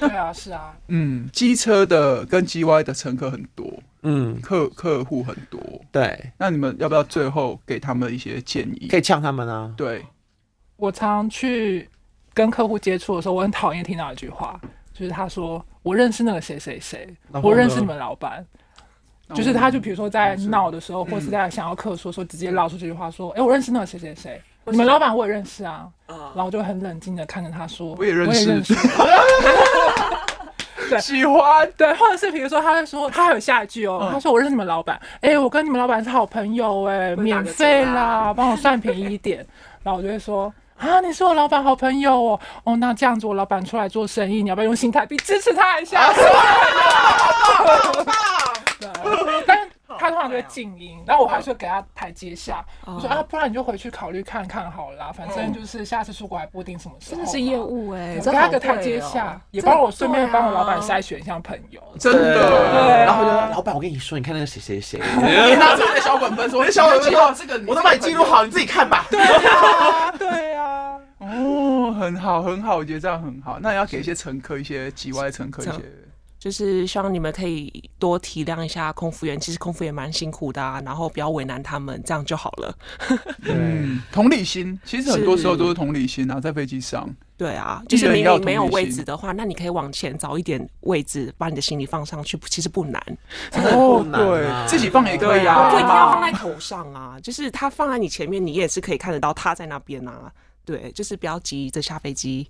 Speaker 4: 对啊，是啊，
Speaker 3: 嗯，机车的跟 G Y 的乘客很多，
Speaker 2: 嗯，
Speaker 3: 客客户很多。
Speaker 2: 对，
Speaker 3: 那你们要不要最后给他们一些建议
Speaker 2: 可？以呛他们啊，
Speaker 3: 对，
Speaker 4: 我常去跟客户接触的时候，我很讨厌听到一句话，就是他说我认识那个谁谁谁，
Speaker 2: 然后呢
Speaker 4: 我认识你们老板。就是他，就比如说在闹的时候，
Speaker 3: 嗯
Speaker 4: 或是在想要客诉的时候，直接唠出这句话说：“哎，我认识那个谁谁谁，你们老板我也认识啊。”然后我就很冷静的看着他说：“
Speaker 3: 我也认识
Speaker 4: 我也对
Speaker 3: 喜欢。
Speaker 4: 对，或者是比如说，他会说，他还有下一句
Speaker 1: 嗯
Speaker 4: 哦，他说我认识你们老板，哎、我跟你们老板是好朋友、哎，免费
Speaker 1: 啊
Speaker 4: 啦，帮我算便宜一点。然后我就会说，啊，你是我老板好朋友哦，哦，那这样子我老板出来做生意，你要不要用新台币支持他 一下？对，但是他通常就
Speaker 1: 哦
Speaker 4: 会静音，然后我还是会给他台阶下，我说啊，不然你就回去考虑看看好了啦，反正就是下次出国还不一定什么时
Speaker 1: 嗯
Speaker 4: 候
Speaker 1: 真
Speaker 4: 嘛。
Speaker 1: 的是业务哎、
Speaker 4: 我
Speaker 1: 这
Speaker 4: 给
Speaker 1: 好
Speaker 4: 他个台
Speaker 1: 贵
Speaker 4: 阶
Speaker 1: 哦
Speaker 4: 下，也
Speaker 1: 真的
Speaker 4: 帮我顺便
Speaker 1: 对啊
Speaker 4: 帮我老板筛选一下朋 友。
Speaker 3: 真的，
Speaker 2: 然后我就说老板，我跟你说，你看那个谁谁谁，
Speaker 3: 你拿出你的小本本说，小本本说这个，
Speaker 2: 我都把你记录好，你自己看吧。
Speaker 4: 对啊，
Speaker 3: 哦，很好，很好，我觉得这样很好。那也要给一些乘客一些几外乘客一
Speaker 1: 这
Speaker 3: 些
Speaker 1: 样就是希望你们可以多体谅一下空服员，其实空服员蛮辛苦的啊，然后不要为难他们，这样就好了。
Speaker 2: 对，
Speaker 3: 嗯，同理心，其实很多
Speaker 1: 是
Speaker 3: 时候都是同理心啊，在飞机上。
Speaker 1: 对啊，就是
Speaker 3: 人
Speaker 1: 明
Speaker 3: 要
Speaker 1: 明没有
Speaker 3: 同理
Speaker 1: 位
Speaker 3: 心
Speaker 1: 置的话，那你可以往前找一点位置，把你的行李放上去，其实不难，
Speaker 3: 哦
Speaker 2: 很，难啊
Speaker 3: 对，自己放也可以
Speaker 1: 不
Speaker 3: 啊，
Speaker 1: 一定要放
Speaker 3: 嘛
Speaker 1: 在头上啊，就是他放在你前面，你也是可以看得到他在那边啊。对，就是不要急着下飞机，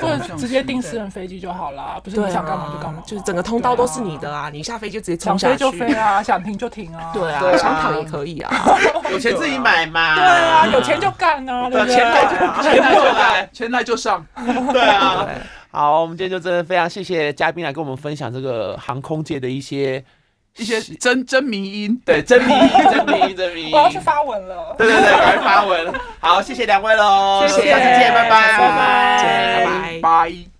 Speaker 4: 或
Speaker 3: 好像
Speaker 4: 者
Speaker 3: 是
Speaker 4: 直接订私人飞机就好啦，不是你想干嘛就干嘛，
Speaker 1: 啊就是整个通道都是你的啊，你下飞机就直接冲
Speaker 4: 想
Speaker 1: 下
Speaker 4: 飞
Speaker 1: 去，
Speaker 4: 就飞啊，想停就停啊。
Speaker 1: 对
Speaker 2: 对
Speaker 1: 啊，
Speaker 2: 啊
Speaker 1: 想躺也可以啊。
Speaker 2: 有钱自己买嘛。
Speaker 4: 对啊，有钱就干 啊，对不对？
Speaker 2: 钱来就
Speaker 3: 前来就来
Speaker 2: 来，
Speaker 3: 前来就上。
Speaker 2: 对啊。
Speaker 1: 对，
Speaker 2: 好，我们今天就真的非常谢谢嘉宾来跟我们分享这个航空界的一些
Speaker 3: 一些真真迷音，
Speaker 2: 对真名、真名、真名。
Speaker 4: 我要去发文了。
Speaker 2: 对对对，赶快发文。好，谢谢两位喽，
Speaker 4: 谢谢
Speaker 2: 下次见，拜拜，
Speaker 4: 拜拜
Speaker 1: 再见拜拜
Speaker 3: 拜。